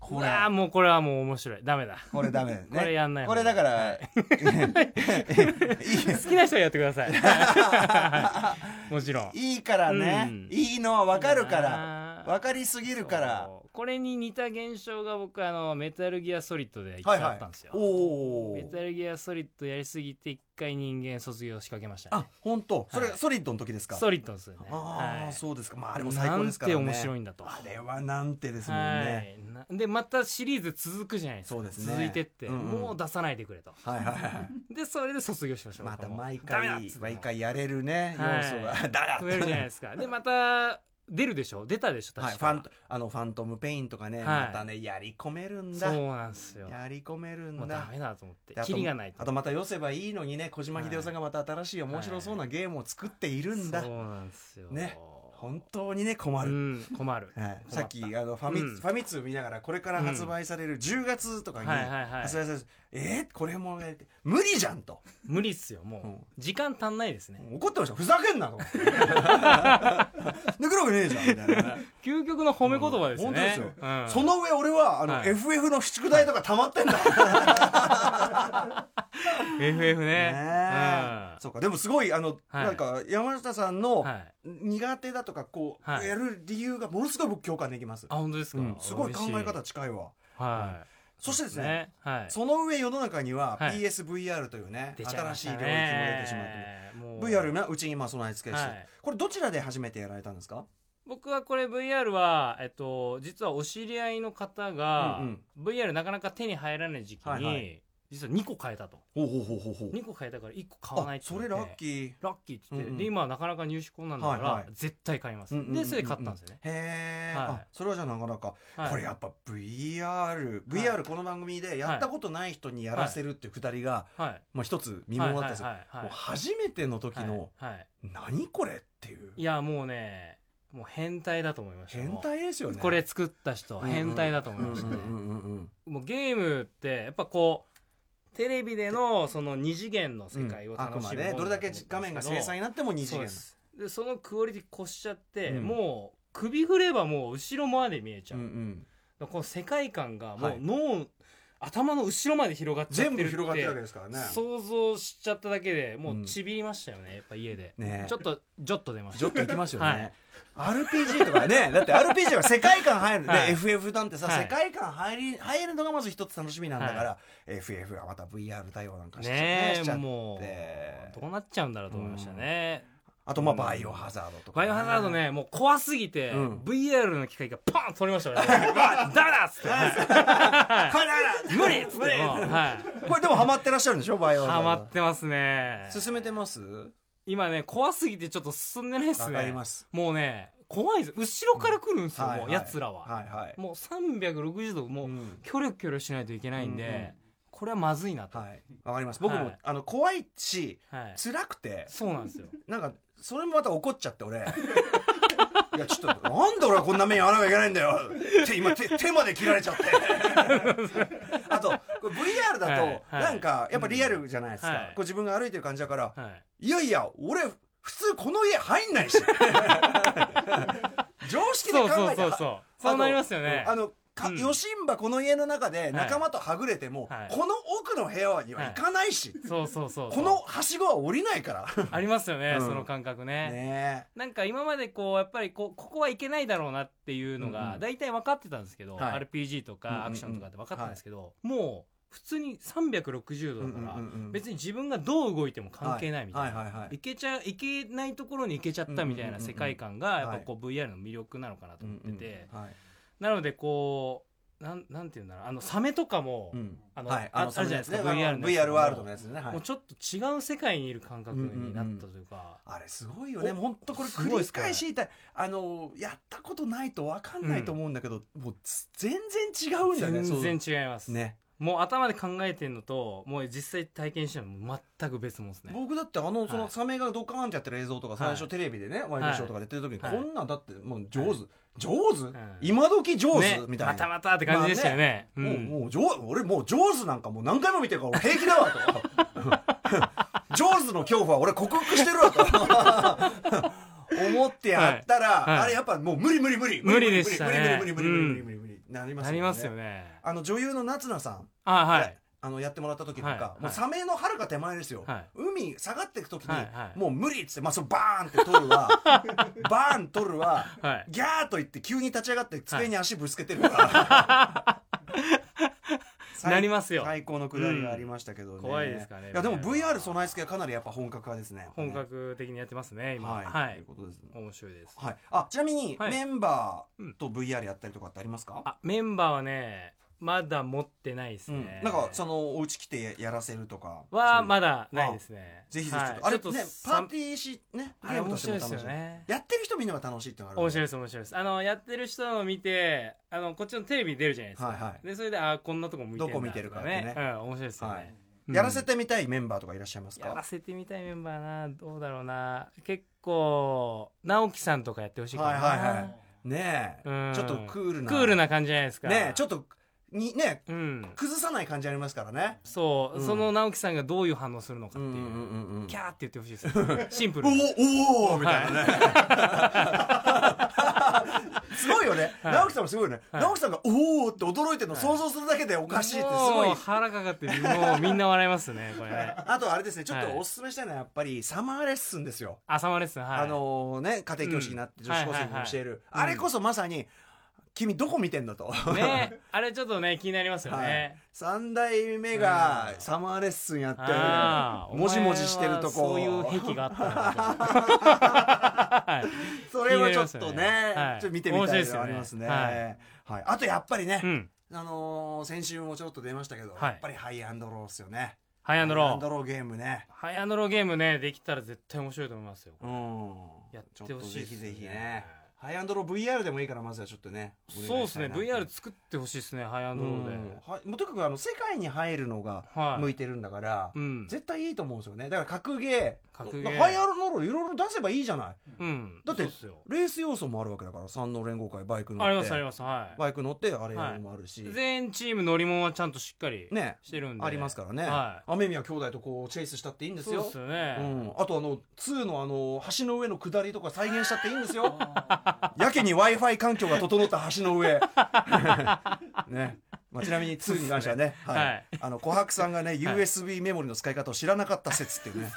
Speaker 1: こ
Speaker 3: う
Speaker 1: れ
Speaker 3: わあもうこれはもう面白いダメだ
Speaker 1: これダメだよね
Speaker 3: これやんない方
Speaker 1: これ
Speaker 3: が
Speaker 1: だから、いい
Speaker 3: 好きな人はやってください はいもちろん
Speaker 1: いいからね、
Speaker 3: うん
Speaker 1: いいのは分かるから
Speaker 3: ら
Speaker 1: 分かりすぎるから
Speaker 3: そうこれに似た現象が僕あのメタルギアソリッドで一
Speaker 1: は
Speaker 3: 回
Speaker 1: いは
Speaker 3: あ
Speaker 1: い
Speaker 3: ったんですよ、
Speaker 1: おお
Speaker 3: メタルギアソリッドやりすぎて一回人間卒業しかけましたね
Speaker 1: あ本当それ、
Speaker 3: はい
Speaker 1: ソリッドの時ですか
Speaker 3: ソリッドですよね
Speaker 1: ああ、
Speaker 3: はい
Speaker 1: そうですかまああれも最高ですから
Speaker 3: な
Speaker 1: ね
Speaker 3: んて面白いんだと
Speaker 1: あれはなんてですもんね、
Speaker 3: はい、なでまたシリーズ続くじゃないですか
Speaker 1: そうですね
Speaker 3: 続いてって、
Speaker 1: うんうん
Speaker 3: もう出さないでくれと
Speaker 1: はい、はいはいはい
Speaker 3: でそれで卒業しましょう
Speaker 1: また
Speaker 3: 僕も
Speaker 1: 毎
Speaker 3: ダメだっ
Speaker 1: 回
Speaker 3: つって
Speaker 1: 毎回やれるね、
Speaker 3: はい
Speaker 1: 要素が だらっと
Speaker 3: 増えるじゃないですかでまた出るでしょ出たでしょ確か、
Speaker 1: はい、ファントあのファントムペインとかね、
Speaker 3: はい
Speaker 1: またねやり込めるんだ
Speaker 3: そうなんですよ
Speaker 1: やり込める
Speaker 3: も
Speaker 1: ん
Speaker 3: うダ
Speaker 1: だ
Speaker 3: メだと思って
Speaker 1: であと
Speaker 3: キリがない
Speaker 1: あとまた寄せばいいのにね小島秀夫さんがまた新しい面白そうなゲームを作っているんだ、
Speaker 3: そうなんですよ
Speaker 1: ね本当にね困
Speaker 3: う
Speaker 1: る、
Speaker 3: ん 困る
Speaker 1: はい
Speaker 3: 困た
Speaker 1: さっきあのファミ、
Speaker 3: うん
Speaker 1: ファミ通見ながらこれから発売される10月とかに
Speaker 3: はいはいはい
Speaker 1: 発売されるえーこれもね無理じゃんと
Speaker 3: 無理っすよもう時間足んないですね
Speaker 1: 怒ってましたふざけんなとできるわけねえじゃんみたいなね
Speaker 3: 究極の褒め言葉ですね、
Speaker 1: 本当ですよ、
Speaker 3: うん
Speaker 1: その上俺はあの、
Speaker 3: はい
Speaker 1: FF の宿題とか溜まってんだ
Speaker 3: FF ね
Speaker 1: ねえそうかでもすごいあの、
Speaker 3: はい
Speaker 1: なんか山下さんの
Speaker 3: うんはい
Speaker 1: 苦手だとかこう、
Speaker 3: はい
Speaker 1: やる理由がものすごい僕共感できます、
Speaker 3: あ本当ですか、
Speaker 1: うんすごい考え
Speaker 3: 嬉
Speaker 1: 方
Speaker 3: し
Speaker 1: 近いわ
Speaker 3: いはい
Speaker 1: そしてですね
Speaker 3: はい
Speaker 1: その上世の中には
Speaker 3: はい
Speaker 1: PSVR というね、
Speaker 3: 出ちゃい
Speaker 1: 新
Speaker 3: ま
Speaker 1: しい
Speaker 3: た
Speaker 1: 領域
Speaker 3: ね
Speaker 1: も出てしまって
Speaker 3: も
Speaker 1: VR
Speaker 3: う
Speaker 1: がうちに今備え付けして、
Speaker 3: はい
Speaker 1: これどちらで初めてやられたんですか
Speaker 3: 僕はこれ VR は、えっと、実はお知り合いの方が、
Speaker 1: うん
Speaker 3: VR なかなか手に入らない時期に、
Speaker 1: はいはい
Speaker 3: 実は2個買えたと
Speaker 1: ほうほうほうほうほ
Speaker 3: 2個買えたから1個買わな
Speaker 1: あ
Speaker 3: いって
Speaker 1: それラッキ
Speaker 3: ー
Speaker 1: ー
Speaker 3: ラッキーっつって、
Speaker 1: うんうん
Speaker 3: で今はなかなか入手困難だから、
Speaker 1: はいはい
Speaker 3: 絶対買います、
Speaker 1: うんうんうんうん
Speaker 3: でそれで買ったんですよね、
Speaker 1: へえ、
Speaker 3: はい
Speaker 1: あそれはじゃあなかなか、
Speaker 3: はい
Speaker 1: これやっぱ VRVR、VR この番組でやったことない人にやらせるっていうくだりが、
Speaker 3: はい
Speaker 1: もう一つ見ものだったんですよ、
Speaker 3: はいはいはいはい
Speaker 1: もう初めての時の、
Speaker 3: はいはい
Speaker 1: 何これっていう
Speaker 3: いやもうねもう変態だと思いました
Speaker 1: 変
Speaker 3: も
Speaker 1: 態ですよ
Speaker 3: う
Speaker 1: ね
Speaker 3: これ作った人は変態だと思いましたね、
Speaker 1: うんうんうんうん
Speaker 3: もうゲームってやっぱこうテレビでのその二次元の世界を楽しむものだと思ったんで
Speaker 1: あく
Speaker 3: す
Speaker 1: まで
Speaker 3: け
Speaker 1: どれだけ画面が精細になっても二次
Speaker 3: そう
Speaker 1: 元
Speaker 3: ですでそのクオリティ越しちゃって、
Speaker 1: うん
Speaker 3: もう首振ればもう後ろまで見えちゃ
Speaker 1: う
Speaker 3: う、
Speaker 1: んうん
Speaker 3: この世界観がも
Speaker 1: は
Speaker 3: う
Speaker 1: い
Speaker 3: 脳、頭の後ろまで広がっちゃっ
Speaker 1: 全部
Speaker 3: てるって
Speaker 1: 広がってるわけですからね
Speaker 3: 想像しちゃっただけでも
Speaker 1: ん
Speaker 3: うちびりましたよね、やっぱ家で、
Speaker 1: ねえ
Speaker 3: ちょっとジョッと出ました
Speaker 1: ちょっと行きますよね、
Speaker 3: はい
Speaker 1: RPG とかね だって RPG は世界観入る、
Speaker 3: はい
Speaker 1: で FF なんてさ、
Speaker 3: はい
Speaker 1: 世界観入り入るのがまず一つ楽しみなんだから、FF はまた VR 対応なんかしちゃ,、
Speaker 3: ね
Speaker 1: しちゃ
Speaker 3: え
Speaker 1: って
Speaker 3: もうどうなっちゃうんだろうと思いましたね、
Speaker 1: あとまあバイオハザードとか、
Speaker 3: バイオハザードね、もう怖すぎて、
Speaker 1: うん
Speaker 3: VR の機械がパンと取りました よね。うわダメだっつって。
Speaker 1: これだ
Speaker 3: 無理っつっ て。
Speaker 1: 無理
Speaker 3: もうはい。
Speaker 1: これでもハマってらっしゃるんでしょバイオハザー
Speaker 3: ハ
Speaker 1: ド
Speaker 3: マってますね。
Speaker 1: 進めてます
Speaker 3: 今ね、怖すぎてちょっと進んでないっす
Speaker 1: わ
Speaker 3: ね。
Speaker 1: かります
Speaker 3: もうね、怖いです。後ろから来るんですよ、もう、奴らは。
Speaker 1: はいはい
Speaker 3: もう360度、もう、
Speaker 1: うん
Speaker 3: キョロキョロしないといけないんで、
Speaker 1: うんうん
Speaker 3: これはまずいなと。は
Speaker 1: はいわかります僕も、
Speaker 3: はい
Speaker 1: あの怖いし
Speaker 3: い。
Speaker 1: 辛くて
Speaker 3: そうなんです よ。
Speaker 1: なんかそれもまた怒っちゃって俺 いやちょっとなんで俺はこんな目に遭わなきゃいけないんだよ手今手手まで切られちゃって あとこれ VR だと、
Speaker 3: はいはい
Speaker 1: なんかやっぱリアルじゃないですか、
Speaker 3: うんはい
Speaker 1: こう自分が歩いてる感じだから、
Speaker 3: はい。
Speaker 1: いやいや、俺、普通この家入んないし。 常識で考
Speaker 3: そうそ
Speaker 1: えた
Speaker 3: うそう
Speaker 1: ら。
Speaker 3: そ
Speaker 1: あ
Speaker 3: う。
Speaker 1: の
Speaker 3: そうなりますよね。
Speaker 1: あの、か、
Speaker 3: うん
Speaker 1: よしんばこの家の中で仲間とはぐれても、
Speaker 3: はい
Speaker 1: この奥の部屋には行かないし、
Speaker 3: そうそうそうそう。
Speaker 1: このはしごは降りないから。
Speaker 3: ありますよね、
Speaker 1: うん
Speaker 3: その感覚ね。
Speaker 1: ね
Speaker 3: なんか今までこう、やっぱりこう、ここはいけないだろうなっていうの
Speaker 1: うんう
Speaker 3: が
Speaker 1: ん、
Speaker 3: 大体分かってたんですけど、
Speaker 1: はい
Speaker 3: RPG と
Speaker 1: うんうんう
Speaker 3: か
Speaker 1: ん
Speaker 3: アクションとかって分かったんですけど、もう、普通に360度だから、別
Speaker 1: に
Speaker 3: に自分がどう動いても関係ないみたいな。
Speaker 1: はいはいはいはい
Speaker 3: いけちゃ、いけないところに行けちゃったみたいな世界観が、やっぱこう VR の魅力なのかなと思ってて、
Speaker 1: うんうんはい
Speaker 3: なのでこう、なん、なんていうんだろう、あの、サメとかも
Speaker 1: う、ん
Speaker 3: あの
Speaker 1: はい
Speaker 3: ああるじゃないですか
Speaker 1: そのやつね
Speaker 3: VR のやつ
Speaker 1: VR ワールドのやつね。はい
Speaker 3: もうちょっと違う世界にいる感覚になったというか、
Speaker 1: あれすごいよね。
Speaker 3: お
Speaker 1: 本当これ
Speaker 3: すご
Speaker 1: 繰
Speaker 3: いっ
Speaker 1: り
Speaker 3: すね
Speaker 1: 返し言いたい。あの、やったことないとわかんないと思うんだけど、もう全然違うんだよね。
Speaker 3: 全然違います。
Speaker 1: そうね。
Speaker 3: もう頭で考えてんのと、もう実際体験してるのも全く別物ですね。
Speaker 1: 僕だってあのその
Speaker 3: はい
Speaker 1: サメがドカーンってやってる映像とか
Speaker 3: は
Speaker 1: 最
Speaker 3: い
Speaker 1: 初テレビでねワイドショーとかでやってる時にこ
Speaker 3: はい
Speaker 1: んなんだってもう上手上手
Speaker 3: ん
Speaker 1: 今時上手
Speaker 3: ね
Speaker 1: みたい
Speaker 3: また
Speaker 1: な
Speaker 3: またって感じでしたよね。
Speaker 1: もう
Speaker 3: うん
Speaker 1: もう上俺もう上手なんかもう何回も見てるから俺平気だわと上手の恐怖は俺克服してるわと思ってやった
Speaker 3: はい
Speaker 1: ら
Speaker 3: はい
Speaker 1: あれやっぱもう無理無理無理
Speaker 3: 無理でしたね
Speaker 1: 無理無理無理無理無理無理無理無理無理なります
Speaker 3: なりますよ
Speaker 1: ね
Speaker 3: ね。
Speaker 1: あの女優の夏菜さん
Speaker 3: あ、はい。
Speaker 1: あのやってもらった時なんか
Speaker 3: はい
Speaker 1: もうサメの遥か手前ですよ
Speaker 3: はい
Speaker 1: 海下がっていく時に
Speaker 3: はいはい
Speaker 1: もう無理っつってまあそのバーンって取るわバーン取るわ
Speaker 3: はい。
Speaker 1: ギャーと言って急に立ち上がって机に足ぶつけてるから。 最
Speaker 3: なりますよ
Speaker 1: 最高のくだりがありましたけどね。
Speaker 3: うん怖いですかね
Speaker 1: いやでも
Speaker 3: みたいな
Speaker 1: VR 備え付けはかなりやっぱ本格派ですね。
Speaker 3: 本格的にやってますね、今。
Speaker 1: はい。
Speaker 3: は
Speaker 1: とい。
Speaker 3: いう
Speaker 1: ことですね。
Speaker 3: 面白いです。
Speaker 1: はい。あ、ちなみに
Speaker 3: はい
Speaker 1: メンバーと VR やったりとかってありますか
Speaker 3: あ、メンバーはね、まだ持ってないです
Speaker 1: うん
Speaker 3: ね。。
Speaker 1: なんかそのお家来てやらせるとか。そうい
Speaker 3: は、
Speaker 1: う
Speaker 3: まだないですね。
Speaker 1: ぜひぜひちょ
Speaker 3: は
Speaker 1: っ
Speaker 3: い
Speaker 1: と、あれね、パー
Speaker 3: さ
Speaker 1: ティーし、ね、
Speaker 3: あ
Speaker 1: ゲ
Speaker 3: れ
Speaker 1: ームと
Speaker 3: 面
Speaker 1: しても
Speaker 3: 白
Speaker 1: 楽
Speaker 3: いで
Speaker 1: し
Speaker 3: す
Speaker 1: い
Speaker 3: よ。ね。
Speaker 1: やってる人見るのが楽しいっていうのがある。
Speaker 3: 面白いですす、面白いです。あの、やってる人を見て、あの、こっちのテレビ出るじゃないですか。
Speaker 1: はいはい
Speaker 3: で、それで、あーこんなとこ向いて
Speaker 1: ど
Speaker 3: る
Speaker 1: こ見てるかってね
Speaker 3: うん、面白いですよね。
Speaker 1: はい
Speaker 3: うん
Speaker 1: やらせてみたいメンバーとかいらっしゃいます
Speaker 3: やら
Speaker 1: か
Speaker 3: せてみたいメンバーな、どうだろうな。結構、直樹さんとかやってほしいかな。
Speaker 1: はいはいはい。ね
Speaker 3: う
Speaker 1: え。
Speaker 3: ん
Speaker 1: ちょっとクールな。
Speaker 3: クールな感じじゃないですか。
Speaker 1: ねえちょ
Speaker 3: っ
Speaker 1: っと、に、ね、
Speaker 3: と。うん。
Speaker 1: 崩さない感じありますからね。
Speaker 3: そう、
Speaker 1: うん
Speaker 3: その直樹さんがどういう反応するのかっていう。
Speaker 1: んうん
Speaker 3: キャーって言ってほしい ですよ。シンプ
Speaker 1: お
Speaker 3: ルに。
Speaker 1: おおおみたいなね。 すごいよね。
Speaker 3: はい
Speaker 1: 直樹さんもすごいよね。
Speaker 3: はい
Speaker 1: 直樹さんがおおって驚いてるの
Speaker 3: はい
Speaker 1: 想像するだけでおかしいってすごい
Speaker 3: もう。腹かかって、もうみんな笑いますね、これね。
Speaker 1: あとあれですね、ちょっ
Speaker 3: は
Speaker 1: と
Speaker 3: い
Speaker 1: おすすめしたいのはやっぱりサマーレッスンですよ。
Speaker 3: 朝まですね、はい。
Speaker 1: あのね、家庭教師になって
Speaker 3: うん
Speaker 1: 女子高生に教える。
Speaker 3: はいはいはい
Speaker 1: あれこそまさに、君どこ見てんだと。
Speaker 3: ね、あれちょっとね、気になりますよ
Speaker 1: はい
Speaker 3: ね。、
Speaker 1: 3代目が
Speaker 3: うん
Speaker 1: サマーレッスンや
Speaker 3: あ
Speaker 1: って
Speaker 3: ー
Speaker 1: もじもじしてるとこ
Speaker 3: お前はそういう癖があったのかはい
Speaker 1: それはちょっと
Speaker 3: 気
Speaker 1: ね
Speaker 3: になりますよねはい
Speaker 1: ちょっと見てみたいのがあります
Speaker 3: 面白いですよ
Speaker 1: ね
Speaker 3: ね
Speaker 1: はいあとやっぱりね、
Speaker 3: うん。
Speaker 1: あのー先週もちょっと出ましたけど、
Speaker 3: はい
Speaker 1: やっぱりハイアンドローっすよね
Speaker 3: ハイアンドロー。
Speaker 1: ゲームね
Speaker 3: ハイアンドローゲームね、できたら絶対面白いと思いますよ。
Speaker 1: うん
Speaker 3: やってほしい
Speaker 1: ちょっとぜ
Speaker 3: で
Speaker 1: ひ
Speaker 3: すね
Speaker 1: ぜひねハイアンドロー VR でもいいからまずはちょっとね
Speaker 3: そうですね、VR 作ってほしいですね、ハイア
Speaker 1: ア
Speaker 3: ンドローで。
Speaker 1: はい、もうとにかくあの世界に入るのが
Speaker 3: はい。
Speaker 1: 向いてるんだから、
Speaker 3: うん。
Speaker 1: 絶対いいと思うんですよねだから格ゲー
Speaker 3: 格ゲー
Speaker 1: ハイアンドローいろいろ出せばいいじゃない
Speaker 3: うん。
Speaker 1: だって
Speaker 3: そうっすよ。
Speaker 1: レース要素もあるわけだから山王連合会バイク乗って
Speaker 3: ありますあります、は
Speaker 1: バイク乗ってあれやるのもあるし、
Speaker 3: い。全チーム乗り物はちゃんとしっかり
Speaker 1: ね
Speaker 3: してるんで。
Speaker 1: ありますからね、
Speaker 3: は
Speaker 1: 雨宮兄弟とこうチェイスしたっていいんです
Speaker 3: そう
Speaker 1: よ
Speaker 3: ですよね。
Speaker 1: うん、あとあの2のあの橋の上の下りとか再現したっていいんです よやけに w i f i 環境が整った橋の上 ねまあ、ちなみに2に関してはね、はい
Speaker 3: はい
Speaker 1: あの琥珀さんがね USB メモリの使い方を知らなかった説っていうね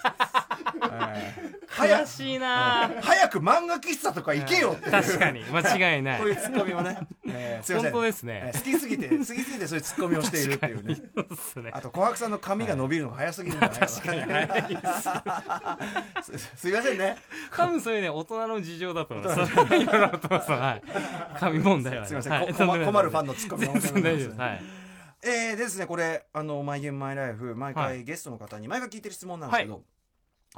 Speaker 1: え
Speaker 3: 悔しいな
Speaker 1: ー早く漫画喫茶とか行けよっていう
Speaker 3: 確かに間違いない
Speaker 1: こういうツッコミをね、えーすいませ
Speaker 3: 本
Speaker 1: ん
Speaker 3: 当です
Speaker 1: え
Speaker 3: ね
Speaker 1: ー好きすぎて好きすぎてそういうツッコミをしているっていうね
Speaker 3: そうっすね
Speaker 1: あと琥珀さんの髪が伸びるのが早すぎるんじゃないか
Speaker 3: 確かに早いっす
Speaker 1: すすいませんね
Speaker 3: 多分それね大人の事情だと思いますそれいろいろとそうはい紙問題はね
Speaker 1: すいません、
Speaker 3: は
Speaker 1: こ
Speaker 3: い
Speaker 1: 困困るファン
Speaker 3: の
Speaker 1: のツッコミ
Speaker 3: 全然大丈夫ですはい
Speaker 1: えーですねこれあの「マイゲームマイライフ」毎
Speaker 3: は
Speaker 1: 回
Speaker 3: い
Speaker 1: ゲストの方に毎回聞いてる質問なんですけど、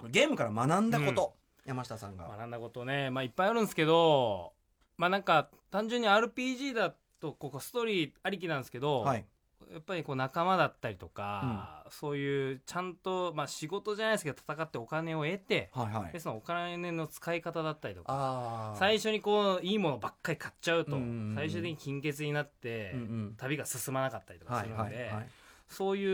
Speaker 1: ゲームから学んだこと、山下さんが、
Speaker 3: 学んだことね、まあ、いっぱいあるんですけどまあなんか単純に RPG だとここストーリーありきなんですけど、
Speaker 1: はい
Speaker 3: やっぱりこう仲間だったりとか、そういうちゃんと、まあ、仕事じゃないですけど戦ってお金を得て、
Speaker 1: はいはい
Speaker 3: でそのお金の使い方だったりとか
Speaker 1: ああ
Speaker 3: 最初にこういいものばっかり買っちゃうと、
Speaker 1: うんうんうん
Speaker 3: 最終的に金欠になって、
Speaker 1: うんうん
Speaker 3: 旅が進まなかったりとか
Speaker 1: は
Speaker 3: す
Speaker 1: い
Speaker 3: る
Speaker 1: は
Speaker 3: の
Speaker 1: い
Speaker 3: で、
Speaker 1: はい
Speaker 3: そうい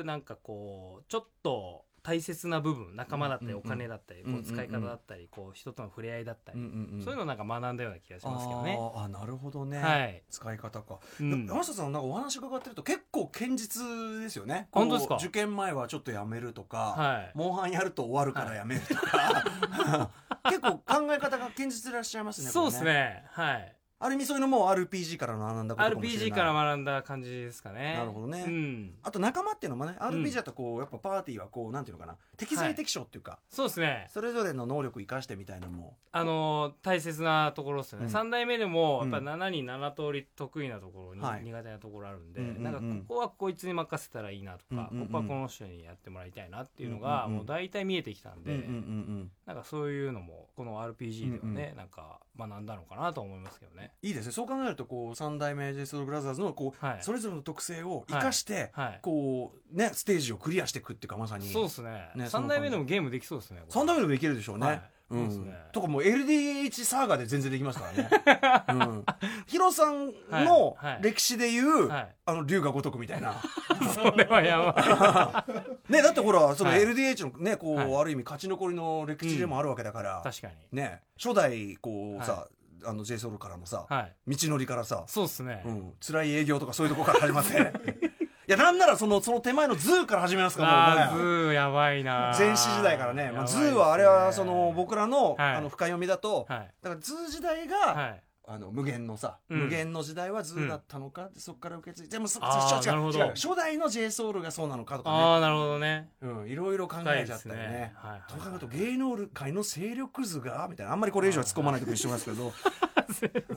Speaker 3: うなんかこうちょっと大切な部分仲間だったり
Speaker 1: うん
Speaker 3: お
Speaker 1: うんうん
Speaker 3: 金だったり、
Speaker 1: うんうんうん
Speaker 3: こう使い方だったり、こう人との触れ合いだったり、そういう
Speaker 1: の
Speaker 3: のなんか学んだような気がしますけどね。
Speaker 1: あーあなるほどね、
Speaker 3: はい、
Speaker 1: 使い方か、
Speaker 3: うん
Speaker 1: 山下さんなんかお話伺ってると結構堅実ですよねこう
Speaker 3: 本当ですか
Speaker 1: 受験前はちょっとやめるとか、
Speaker 3: はい
Speaker 1: モンハンやると終わるからやめるとか、 結構考え方が堅実でいらっしゃいますね
Speaker 3: そうです
Speaker 1: これ
Speaker 3: ね。はい。
Speaker 1: ある意味そういうのも RPG から学んだことかもしれない
Speaker 3: RPG から学んだ感じですかね。
Speaker 1: なるほどね
Speaker 3: うん。
Speaker 1: あと仲間っていうのもね
Speaker 3: ん
Speaker 1: RPG だとこう、やっぱパーティーはこうなんていうのかな適材適所っていうか、
Speaker 3: そうですね。
Speaker 1: それぞれの能力生かしてみたいなのも
Speaker 3: あのー大切なところですよ
Speaker 1: う
Speaker 3: ね。
Speaker 1: ん
Speaker 3: 三、代目でも、
Speaker 1: う
Speaker 3: や
Speaker 1: ん
Speaker 3: っぱ7人7通り得意なところに、
Speaker 1: はい
Speaker 3: 苦手なところあるんで、
Speaker 1: うんうんうん
Speaker 3: なんかここはこいつに任せたらいいなとか、
Speaker 1: うんうんうん
Speaker 3: ここはこの人にやってもらいたいなっていうの
Speaker 1: うんうん
Speaker 3: が、
Speaker 1: うん
Speaker 3: もう大体見えてきたんで、
Speaker 1: うんうんうん
Speaker 3: なんかそういうのも、この RPG ではね、
Speaker 1: うん
Speaker 3: なんか学んだのかなと思いますけどね。
Speaker 1: いいですねそう考えるとこう三代目 j s o u l b r o t h e r のこう、
Speaker 3: はい
Speaker 1: それぞれの特性を生かして、
Speaker 3: はい。
Speaker 1: こうねステージをクリアしていくっていうかまさに
Speaker 3: そうですね
Speaker 1: ね
Speaker 3: 三代目でもゲームできそうですね。これ
Speaker 1: 3代目でもいけるでしょうね、
Speaker 3: はい
Speaker 1: うん
Speaker 3: そうですね
Speaker 1: とかもう LDH サーガで全然できますから ね、うん、ヒロさんの
Speaker 3: はいはい
Speaker 1: 歴史でいう、
Speaker 3: はい
Speaker 1: あの龍が如くみたいな、
Speaker 3: それはやばい。
Speaker 1: ね、だってほらその
Speaker 3: はい
Speaker 1: LDH のねこう、
Speaker 3: はい
Speaker 1: ある意味勝ち残りの歴史でもあるわけだから、
Speaker 3: 確かに。
Speaker 1: ね初代こう
Speaker 3: はい
Speaker 1: さ、あの j ソ o ルからのさ、
Speaker 3: はい。
Speaker 1: 道のりからさ、
Speaker 3: そうですね。
Speaker 1: うん、辛い営業とかそういうとこから始まっていやなんならそのその手前のズーから始めますから
Speaker 3: あ
Speaker 1: も
Speaker 3: ー
Speaker 1: う
Speaker 3: ズ
Speaker 1: ね
Speaker 3: ーやばいな
Speaker 1: 前史時代からね、まあ、
Speaker 3: やばいっ
Speaker 1: ズ
Speaker 3: すね
Speaker 1: ーはあれはその僕らの,、
Speaker 3: はい
Speaker 1: あの深読みだと、
Speaker 3: はい
Speaker 1: だからズー時代が、
Speaker 3: はい
Speaker 1: あの無限のさ、
Speaker 3: うん
Speaker 1: 無限の時代はズーだったのか、でそこから受け継いでもそ
Speaker 3: あー
Speaker 1: 違う
Speaker 3: なるほど
Speaker 1: 違う初代の j ソ o ルがそうなのかとか
Speaker 3: ああなるほどね
Speaker 1: ね、うん、いろいろ考えちゃったよね
Speaker 3: 深いですねはいはい
Speaker 1: そう考えると芸能界の勢力図がみたいなあんまりこれ以上は突っ込まないとこ一緒なんですけ ど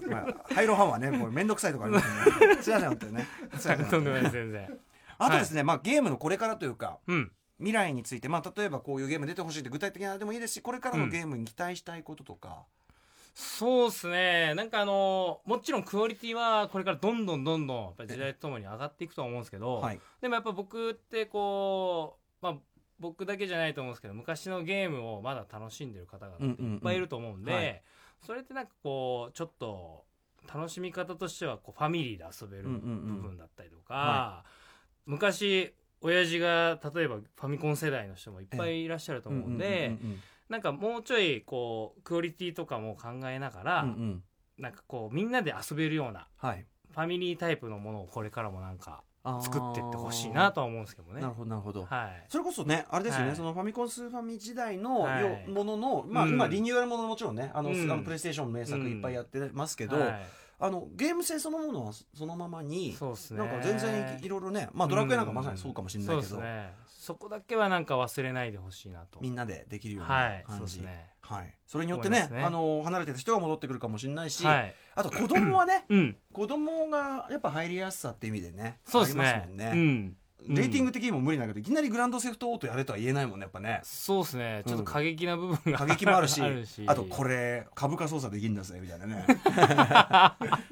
Speaker 1: まあ廃炉班はねもう面倒くさいとかありますよ ねすいません本当にねすいません
Speaker 3: とんでもないです全然
Speaker 1: あとですね、まあ、ゲームのこれからというか
Speaker 3: うん
Speaker 1: 未来について、まあ、例えばこういうゲーム出てほしいって具体的なのでもいいですしこれからのゲームに期待したいこととか、
Speaker 3: そうですねなんかあのもちろんクオリティはこれからどんどんどんどんやっぱ時代とともに上がっていくとは思うんですけど、
Speaker 1: はい
Speaker 3: でもやっぱ僕ってこうまあ僕だけじゃないと思うんですけど昔のゲームをまだ楽しんでる方が
Speaker 1: うんうんうん
Speaker 3: いっぱいいると思うんで、
Speaker 1: はい
Speaker 3: それってなんかこうちょっと楽しみ方としてはこうファミリーで遊べる
Speaker 1: うんう
Speaker 3: 部
Speaker 1: んうん
Speaker 3: 分だったりとか、昔親父が例えばファミコン世代の人もいっぱいいらっしゃると思うんで、
Speaker 1: うんうん
Speaker 3: なんかもうちょいこうクオリティとかも考えながら、
Speaker 1: うんうんうんうん
Speaker 3: なんかこうみんなで遊べるような
Speaker 1: はい
Speaker 3: ファミリータイプのものをこれからもなんか
Speaker 1: あー
Speaker 3: 作ってってほしいなとは思うんですけどね。
Speaker 1: なるほどなるほど、
Speaker 3: はい。
Speaker 1: それこそねあれですよね、
Speaker 3: はい
Speaker 1: そのファミコンスーファミ時代のよ、
Speaker 3: はい
Speaker 1: ものの、まあ、
Speaker 3: うん
Speaker 1: 今リニューアルものもちろんねあの、
Speaker 3: うん
Speaker 1: あのプレイステーション名作いっぱいやってますけど、
Speaker 3: はい
Speaker 1: あのゲーム性そのものはそそのままに、
Speaker 3: そうですね。
Speaker 1: なんか全然いろいろね、まあ、ドラクエなんかまさにそうかもしれないけ
Speaker 3: そ
Speaker 1: ど、
Speaker 3: うですね。そこだけはなんか忘れないでほしいなと。
Speaker 1: みんなでできるような
Speaker 3: はい。そう
Speaker 1: 感
Speaker 3: です
Speaker 1: じ、
Speaker 3: ね。
Speaker 1: はい、それによってね
Speaker 3: 思いますね
Speaker 1: あの離れてた人が戻ってくるかもしれないし、
Speaker 3: はい。
Speaker 1: あと子供はね
Speaker 3: うん。
Speaker 1: 子供がやっぱ入りやすさって意味でね
Speaker 3: そうです
Speaker 1: あります
Speaker 3: ね。
Speaker 1: もん
Speaker 3: う
Speaker 1: ね、
Speaker 3: ん。うん
Speaker 1: レーティング的にも無理だけどいきなりグランドセフトオートやれとは言えないもんねやっぱね
Speaker 3: そうですね。ちょっと過激な部分が
Speaker 1: 過激もあるしあ
Speaker 3: あるし。
Speaker 1: とこれ株価操作できるんだぜみたいな ね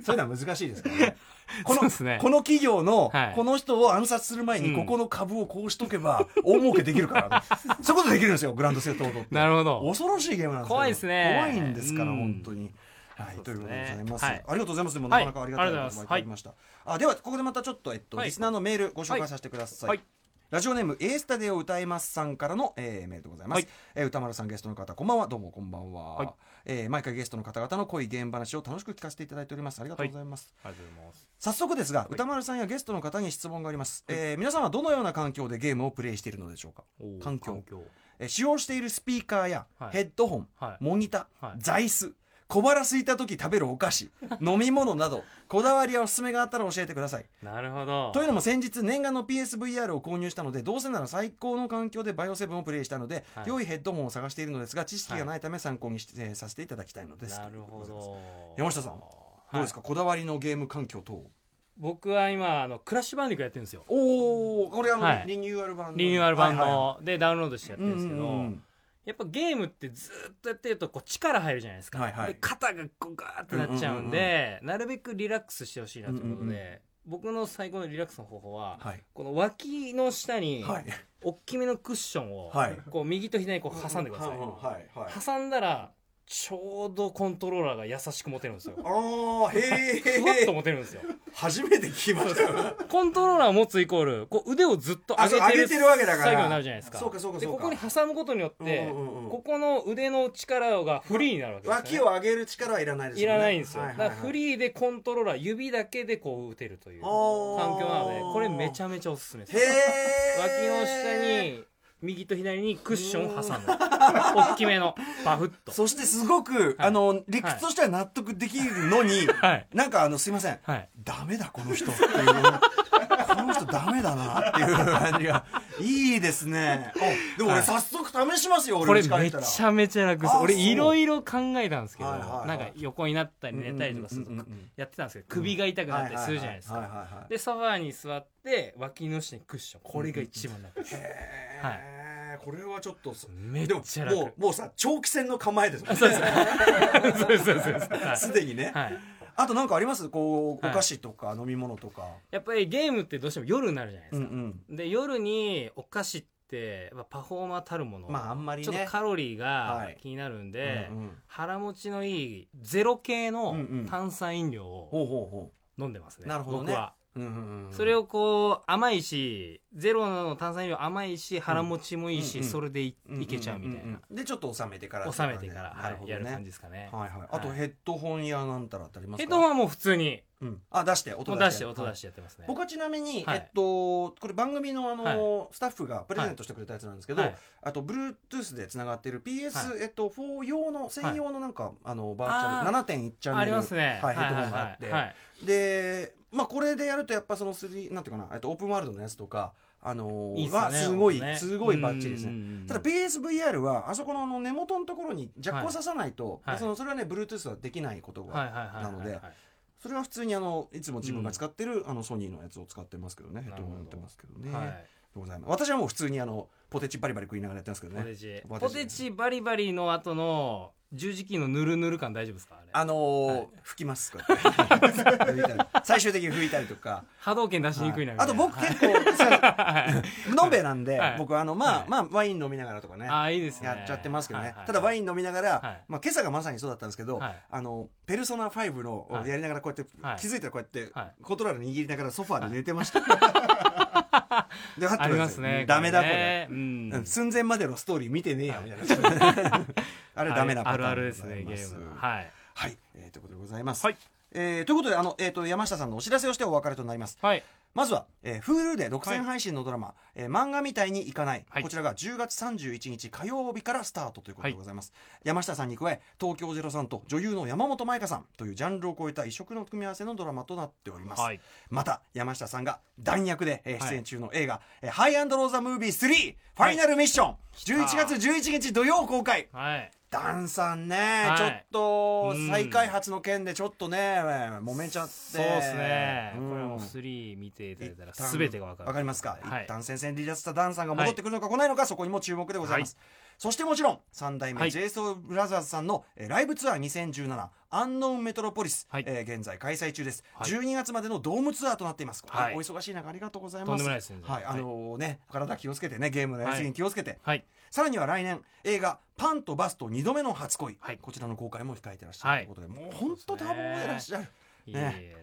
Speaker 1: そういうのは難しいですからねこの
Speaker 3: そうですね
Speaker 1: この企業の、
Speaker 3: はい
Speaker 1: この人を暗殺する前に、
Speaker 3: うん
Speaker 1: ここの株をこうしとけば大儲けできる からとそういうことできるんですよグランドセフトオートって
Speaker 3: なるほど。
Speaker 1: 恐ろしいゲームなんですけど
Speaker 3: 怖いですね
Speaker 1: 怖いんですから、
Speaker 3: うん
Speaker 1: 本当に。はい、
Speaker 3: そう
Speaker 1: と
Speaker 3: で
Speaker 1: いう
Speaker 3: す
Speaker 1: こ
Speaker 3: ね
Speaker 1: とでございます。
Speaker 3: は
Speaker 1: あ
Speaker 3: い
Speaker 1: りがとうございます。でも、
Speaker 3: はい
Speaker 1: なかなかありがたいことをいただきました。あ、では、ここでまたちょっと、えっと、
Speaker 3: はい
Speaker 1: リスナーのメールご紹介させてください。
Speaker 3: はい
Speaker 1: ラジオネーム A スタデを歌いますさんからの、えーメールでございます、
Speaker 3: はい
Speaker 1: えー歌丸さんゲストの方こんばんはどうもこんばんは、
Speaker 3: はい
Speaker 1: えー毎回ゲストの方々の濃いゲーム話を楽しく聞かせていただいておりますありがとうございます、
Speaker 3: ありがとうございます。
Speaker 1: 早速ですが、歌丸さんやゲストの方に質問があります、えー皆さんはどのような環境でゲームをプレイしているのでしょうか
Speaker 3: おー
Speaker 1: 環境
Speaker 3: 環境。
Speaker 1: えー使用しているスピーカーや
Speaker 3: はい
Speaker 1: ヘッドホン、
Speaker 3: はい
Speaker 1: モニター、
Speaker 3: はい
Speaker 1: 座椅子小腹空いた時食べるお菓 子飲み物などこだわりやおすすめがあったら教えてください
Speaker 3: なるほど
Speaker 1: というのも先日念願の PSVR を購入したのでどうせなら最高の環境でバイオセブンをプレイしたので、
Speaker 3: はい
Speaker 1: 良いヘッドホンを探しているのですが知識がないため参考にして、えーさせていただきたいのです
Speaker 3: なるほど
Speaker 1: 山下さん
Speaker 3: はい
Speaker 1: どうですか、こだわりのゲーム環境等
Speaker 3: 僕は今あのクラッシュバンディクやってるんですよ
Speaker 1: おおこれあの、
Speaker 3: はい
Speaker 1: リニューアル版の
Speaker 3: リニューアル版
Speaker 1: はいはいは
Speaker 3: のでダウンロードしてやっ
Speaker 1: い
Speaker 3: てるんですけど、
Speaker 1: うんうんうん
Speaker 3: やっぱゲームってずっとやってるとこう力入るじゃないですか、
Speaker 1: はいはい
Speaker 3: で肩がこうガーってなっちゃうんで、なるべくリラックスしてほしいなということで、
Speaker 1: うんうんうん
Speaker 3: 僕の最高のリラックスの方法は、
Speaker 1: はい
Speaker 3: この脇の下に
Speaker 1: はい
Speaker 3: 大きめのクッションを、
Speaker 1: はい
Speaker 3: こう右と左にこう挟んでください、
Speaker 1: うんうんはいはい
Speaker 3: 挟んだらちょうどコントローラーが優しく持てるんですよ
Speaker 1: ああへ
Speaker 3: ふわっと
Speaker 1: え
Speaker 3: 持てるんですよ
Speaker 1: 初めて聞きましたよ
Speaker 3: コントローラーを持つイコールこう腕をずっと上げてる
Speaker 1: あそう上げてるわけだから
Speaker 3: 作業になるじゃないですか
Speaker 1: そうかそうか
Speaker 3: で
Speaker 1: そう
Speaker 3: こ
Speaker 1: か
Speaker 3: こに挟むことによって、
Speaker 1: うんうんうん
Speaker 3: ここの腕の力がフリーになるわけです
Speaker 1: 脇を
Speaker 3: よ、ね、
Speaker 1: 上げる力はいらないです
Speaker 3: い
Speaker 1: よね
Speaker 3: らないんですよ、
Speaker 1: ははは
Speaker 3: だからフリーでコントローラー指だけでこう打てるという環境なのでこれめち
Speaker 1: ゃ
Speaker 3: ゃめちゃおすすめです
Speaker 1: へえ
Speaker 3: 脇の下に右と左にクッションを挟む 大きめのバフッと
Speaker 1: そしてすごく、あの理屈としては納得できるのに、
Speaker 3: はい
Speaker 1: なんかあのすいません、
Speaker 3: はい
Speaker 1: ダメだこの人っていうこの人ダメだなっていう感じがいいですねおでも
Speaker 3: は
Speaker 1: 俺
Speaker 3: い
Speaker 1: 早速試しますよ、
Speaker 3: こ
Speaker 1: 俺
Speaker 3: れ
Speaker 1: の力入
Speaker 3: め
Speaker 1: ったら
Speaker 3: ちゃめちゃ楽です
Speaker 1: あ
Speaker 3: 俺
Speaker 1: そう
Speaker 3: いろいろ考えたんですけど、
Speaker 1: はいはいはい
Speaker 3: なんか横になったり寝たりとかすると
Speaker 1: うんうんうんうん
Speaker 3: やってたんですけど首が痛くなったりするじゃないです
Speaker 1: はい
Speaker 3: か
Speaker 1: はいはいはい
Speaker 3: でソファーに座って脇の下にクッションこれが一番楽です
Speaker 1: へーこれはちょっとす
Speaker 3: めっちゃ楽
Speaker 1: でももうもうさ長期戦の構えですもんね
Speaker 3: そうです そうですそうですそうです
Speaker 1: すでにね、
Speaker 3: はい、はい、
Speaker 1: あとなんかありますこうお
Speaker 3: はい
Speaker 1: 菓子とか飲み物とか、
Speaker 3: やっぱりゲームってどうしても夜になるじゃないで
Speaker 1: うん
Speaker 3: す
Speaker 1: う
Speaker 3: か、
Speaker 1: ん
Speaker 3: で夜にお菓子ってやっぱパフォーマーたるもの、
Speaker 1: まああんまりね
Speaker 3: ちょっとカロリー
Speaker 1: は
Speaker 3: が
Speaker 1: い
Speaker 3: 気になるんで、
Speaker 1: うんうん
Speaker 3: 腹持ちのいいゼロ系の
Speaker 1: うんうん
Speaker 3: 炭酸飲料を
Speaker 1: ほうほうほ
Speaker 3: 飲んでますね、
Speaker 1: うなるほどね
Speaker 3: 僕は
Speaker 1: う、うんうんうん、
Speaker 3: それをこう甘いしゼロの炭酸飲料甘いし腹持ちもいいし、
Speaker 1: うんうん
Speaker 3: それでい,、けちゃうみたいな、
Speaker 1: んんうんでちょっと収めてからと
Speaker 3: 収
Speaker 1: かね
Speaker 3: めてから、
Speaker 1: な
Speaker 3: は
Speaker 1: る
Speaker 3: い
Speaker 1: ほど
Speaker 3: やる感じ
Speaker 1: ね
Speaker 3: ですかね、
Speaker 1: はいはいあと
Speaker 3: はい
Speaker 1: ヘッドホンやなんたらってあります
Speaker 3: ヘ
Speaker 1: か
Speaker 3: ッドホンはもう普通に
Speaker 1: うんあ出して
Speaker 3: も
Speaker 1: 音
Speaker 3: う出して音
Speaker 1: はい
Speaker 3: 出してやってますね、
Speaker 1: 僕はちなみに、
Speaker 3: はい
Speaker 1: えっと、これ番組のあの、スタッフがプレゼントしてくれたやつなんですけど、
Speaker 3: はい
Speaker 1: あと Bluetooth でつながってる PS、
Speaker 3: は
Speaker 1: えっと、4用の専用のなんか、あのバーチャル
Speaker 3: あ
Speaker 1: 7.1チャンネル
Speaker 3: ありますね、
Speaker 1: はい、ヘッドホンがあって、
Speaker 3: はいはいはい
Speaker 1: で、まあ、これでやるとやっぱその3なんていうかなえっとオープンワールドのやつとか、あのー
Speaker 3: いいっすよ
Speaker 1: は
Speaker 3: ね
Speaker 1: すごい、
Speaker 3: 本当ね
Speaker 1: すごいバッチリです
Speaker 3: うん
Speaker 1: ね
Speaker 3: うんうん
Speaker 1: ただ PSVR はあそこのあの根元のところにジャックを
Speaker 3: はい
Speaker 1: 刺さないと、
Speaker 3: はい
Speaker 1: そのそれはね Bluetooth はできないことが、
Speaker 3: はいはいはいはいはい
Speaker 1: なのでそれは普通にあのいつも自分が使ってる、あのソニーのやつを使ってますけどねヘッドホンやってますけどね、
Speaker 3: はい
Speaker 1: ございます私はもう普通にあのポテチバリバリ食いながらやってますけど
Speaker 3: ポテ
Speaker 1: ね
Speaker 3: チ
Speaker 1: ポテチ
Speaker 3: ポテチバリバリの後の十字キーのぬるぬる感大丈夫ですかあれ
Speaker 1: あのー
Speaker 3: はい
Speaker 1: 拭きますこうやって拭いたり最終的に拭いたりとか
Speaker 3: 波動拳出しにくいなみた
Speaker 1: あ
Speaker 3: いな
Speaker 1: と僕
Speaker 3: はい
Speaker 1: 結構、すいません
Speaker 3: はい
Speaker 1: 飲んべえなんで、
Speaker 3: はい
Speaker 1: 僕あのまあ、
Speaker 3: はい
Speaker 1: まあワイン飲みながらとかね
Speaker 3: ああいいですね
Speaker 1: やっちゃってますけどね、
Speaker 3: はいはい
Speaker 1: ただワイン飲みながら、
Speaker 3: はい
Speaker 1: まあ、今朝がまさにそうだったんですけど、
Speaker 3: はい
Speaker 1: あのペルソナ5の
Speaker 3: はい
Speaker 1: やりながらこうやって、
Speaker 3: はい
Speaker 1: 気づいたらこうやって、
Speaker 3: は
Speaker 1: コントローラー握りながらソファーで寝てま した、ではっ
Speaker 3: あ
Speaker 1: て
Speaker 3: り
Speaker 1: くだ
Speaker 3: ま
Speaker 1: さい
Speaker 3: すね
Speaker 1: ダメだこれ、
Speaker 3: ねう
Speaker 1: うん
Speaker 3: ん
Speaker 1: 寸前までのストーリー見てねえやみたいな、 あれダメなパタ
Speaker 3: ある
Speaker 1: ー
Speaker 3: あ
Speaker 1: ンで
Speaker 3: るで
Speaker 1: ご
Speaker 3: す
Speaker 1: ざ
Speaker 3: ね
Speaker 1: い
Speaker 3: ゲ
Speaker 1: ます
Speaker 3: ームはい
Speaker 1: はい、えーということでございます、
Speaker 3: はい
Speaker 1: えーということであの、えー、と山下さんのお知らせをしてお別れとなります
Speaker 3: はい
Speaker 1: まずは、えー、Hulu で独占配信のドラマ、えー漫画みたいにいかない、
Speaker 3: はい
Speaker 1: こちらが10月31日火曜日からスタートということでございます、山下さんに加え東京03と女優の山本舞香さんというジャンルを超えた異色の組み合わせのドラマとなっております、
Speaker 3: はい
Speaker 1: また山下さんが弾薬で、えー
Speaker 3: はい
Speaker 1: 出演中の映画「ハイアンドローザムービー3ファイナルミッション」11月11日土曜公開
Speaker 3: はい
Speaker 1: ダンさんね、
Speaker 3: はい
Speaker 1: ちょっ
Speaker 3: う
Speaker 1: と
Speaker 3: ん
Speaker 1: 再開発の件でちょっとね揉めちゃって
Speaker 3: そうですねこ
Speaker 1: うん
Speaker 3: れはもう3見ていただいたら全てがわかる
Speaker 1: わかりますか、
Speaker 3: はい
Speaker 1: 一旦戦線離脱したダンさんが戻ってくるのか来ないのか、そこにも注目でございます、そしてもちろん三代目
Speaker 3: はい
Speaker 1: JSOULBROTHERS さんのえーライブツアー2017アンノーンメトロポリス、
Speaker 3: はい
Speaker 1: えー現在開催中です、
Speaker 3: はい
Speaker 1: 12月までのドームツアーとなっています、
Speaker 3: はい
Speaker 1: お忙しい中ありがとうございます
Speaker 3: とんでもないですね
Speaker 1: はいあのーね体気をつけてねゲームのやりすぎに気をつけて、
Speaker 3: はい
Speaker 1: さらには来年映画「パンとバスと2度目の初恋」
Speaker 3: はい
Speaker 1: こちらの公開も控えてらっし
Speaker 3: は
Speaker 1: ゃる
Speaker 3: い
Speaker 1: ということで、もう本当多忙でいらっしゃる、
Speaker 3: いえいえとんでもないです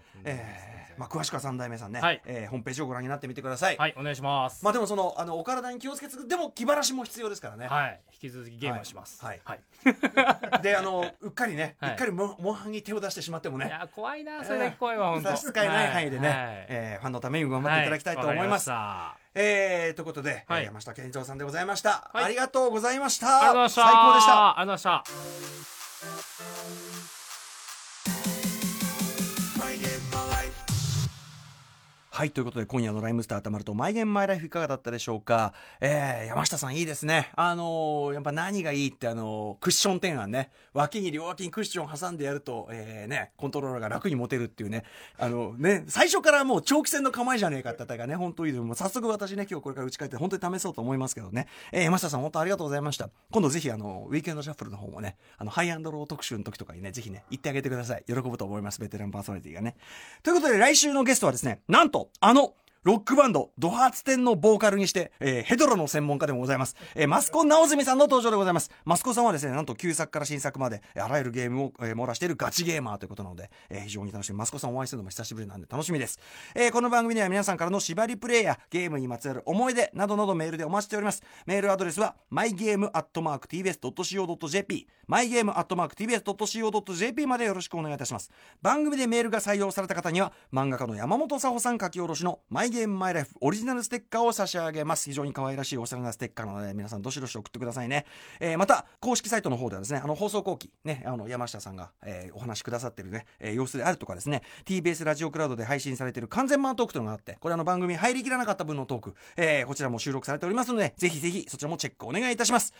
Speaker 1: えーまあ、詳しくは三代目さんね、
Speaker 3: はい
Speaker 1: えーホームページをご覧になってみてください、
Speaker 3: はいお願いします、
Speaker 1: まあでもそのあのお体に気をつけつつでも気晴らしも必要ですからね、
Speaker 3: はい引き続きゲームをします
Speaker 1: はい
Speaker 3: はい、
Speaker 1: であのうっかりね、
Speaker 3: はいう
Speaker 1: っかりモンモンハンに手を出してしまっても
Speaker 3: い
Speaker 1: ね
Speaker 3: や怖いなそれだけ怖いわ本当
Speaker 1: 差し支えない範囲でね、
Speaker 3: はい
Speaker 1: えーファンのために頑張っていただきたいと思います、
Speaker 3: はわかりまし
Speaker 1: えーということで、
Speaker 3: は
Speaker 1: え
Speaker 3: い
Speaker 1: ー山下健三さんでございました、
Speaker 3: はい
Speaker 1: ありがとうございました
Speaker 3: たありがとうございました
Speaker 1: 最高でした
Speaker 3: ありがとうございました
Speaker 1: My Game, My Life はいということで今夜の「ライムスターたまるとマイゲームマイライフ」いかがだったでしょうか、えー、山下さんいいですねあのーやっぱ何がいいってあのークッション提案ね脇に両脇にクッション挟んでやると、えーね、コントローラーが楽に持てるっていうねあのね最初からもう長期戦の構えじゃねえかってあたりがね本当いいですもう早速私ね今日これから打ち返って本当に試そうと思いますけどね、えー、山下さん本当ありがとうございました今度ぜひあのウィークエンドシャッフルの方もねあのハイアンドロー特集の時とかにねぜひね行ってあげてください喜ぶと思いますベテランパーソナリティがねということで来週のゲストはですねなんとあのロックバンド、ドハーツ店のボーカルにして、えーヘドロの専門家でもございます。えーマスコ直澄さんの登場でございます。マスコさんはですね、なんと旧作から新作まで、えーあらゆるゲームを、えー網羅しているガチゲーマーということなので、えー非常に楽しみ。マスコさんお会いするのも久しぶりなんで楽しみです。えーこの番組では皆さんからの縛りプレイやゲームにまつわる思い出などなどメールでお待ちしております。メールアドレスは、mygame.tbs.co.jp、mygame.tbs.co.jp までよろしくお願いいたします。番組でメールが採用された方には、漫画家の山本さほさん書き下ろしのマイゲームマイライフオリジナルステッカーを差し上げます。非常に可愛らしいおしゃれなステッカーなので、皆さんどしどし送ってくださいね。えーまた、公式サイトの方ではですね、あの放送後期、ね、あの山下さんが、えーお話しくださってるね、えー様子であるとかですね、TBS ラジオクラウドで配信されている完全マントークというのがあって、これあの番組入りきらなかった分のトーク、えーこちらも収録されておりますので、ぜひぜひそちらもチェックお願いいたします。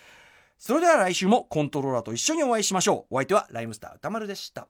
Speaker 1: それでは来週もコントローラーと一緒にお会いしましょう。お相手はライムスター歌丸でした。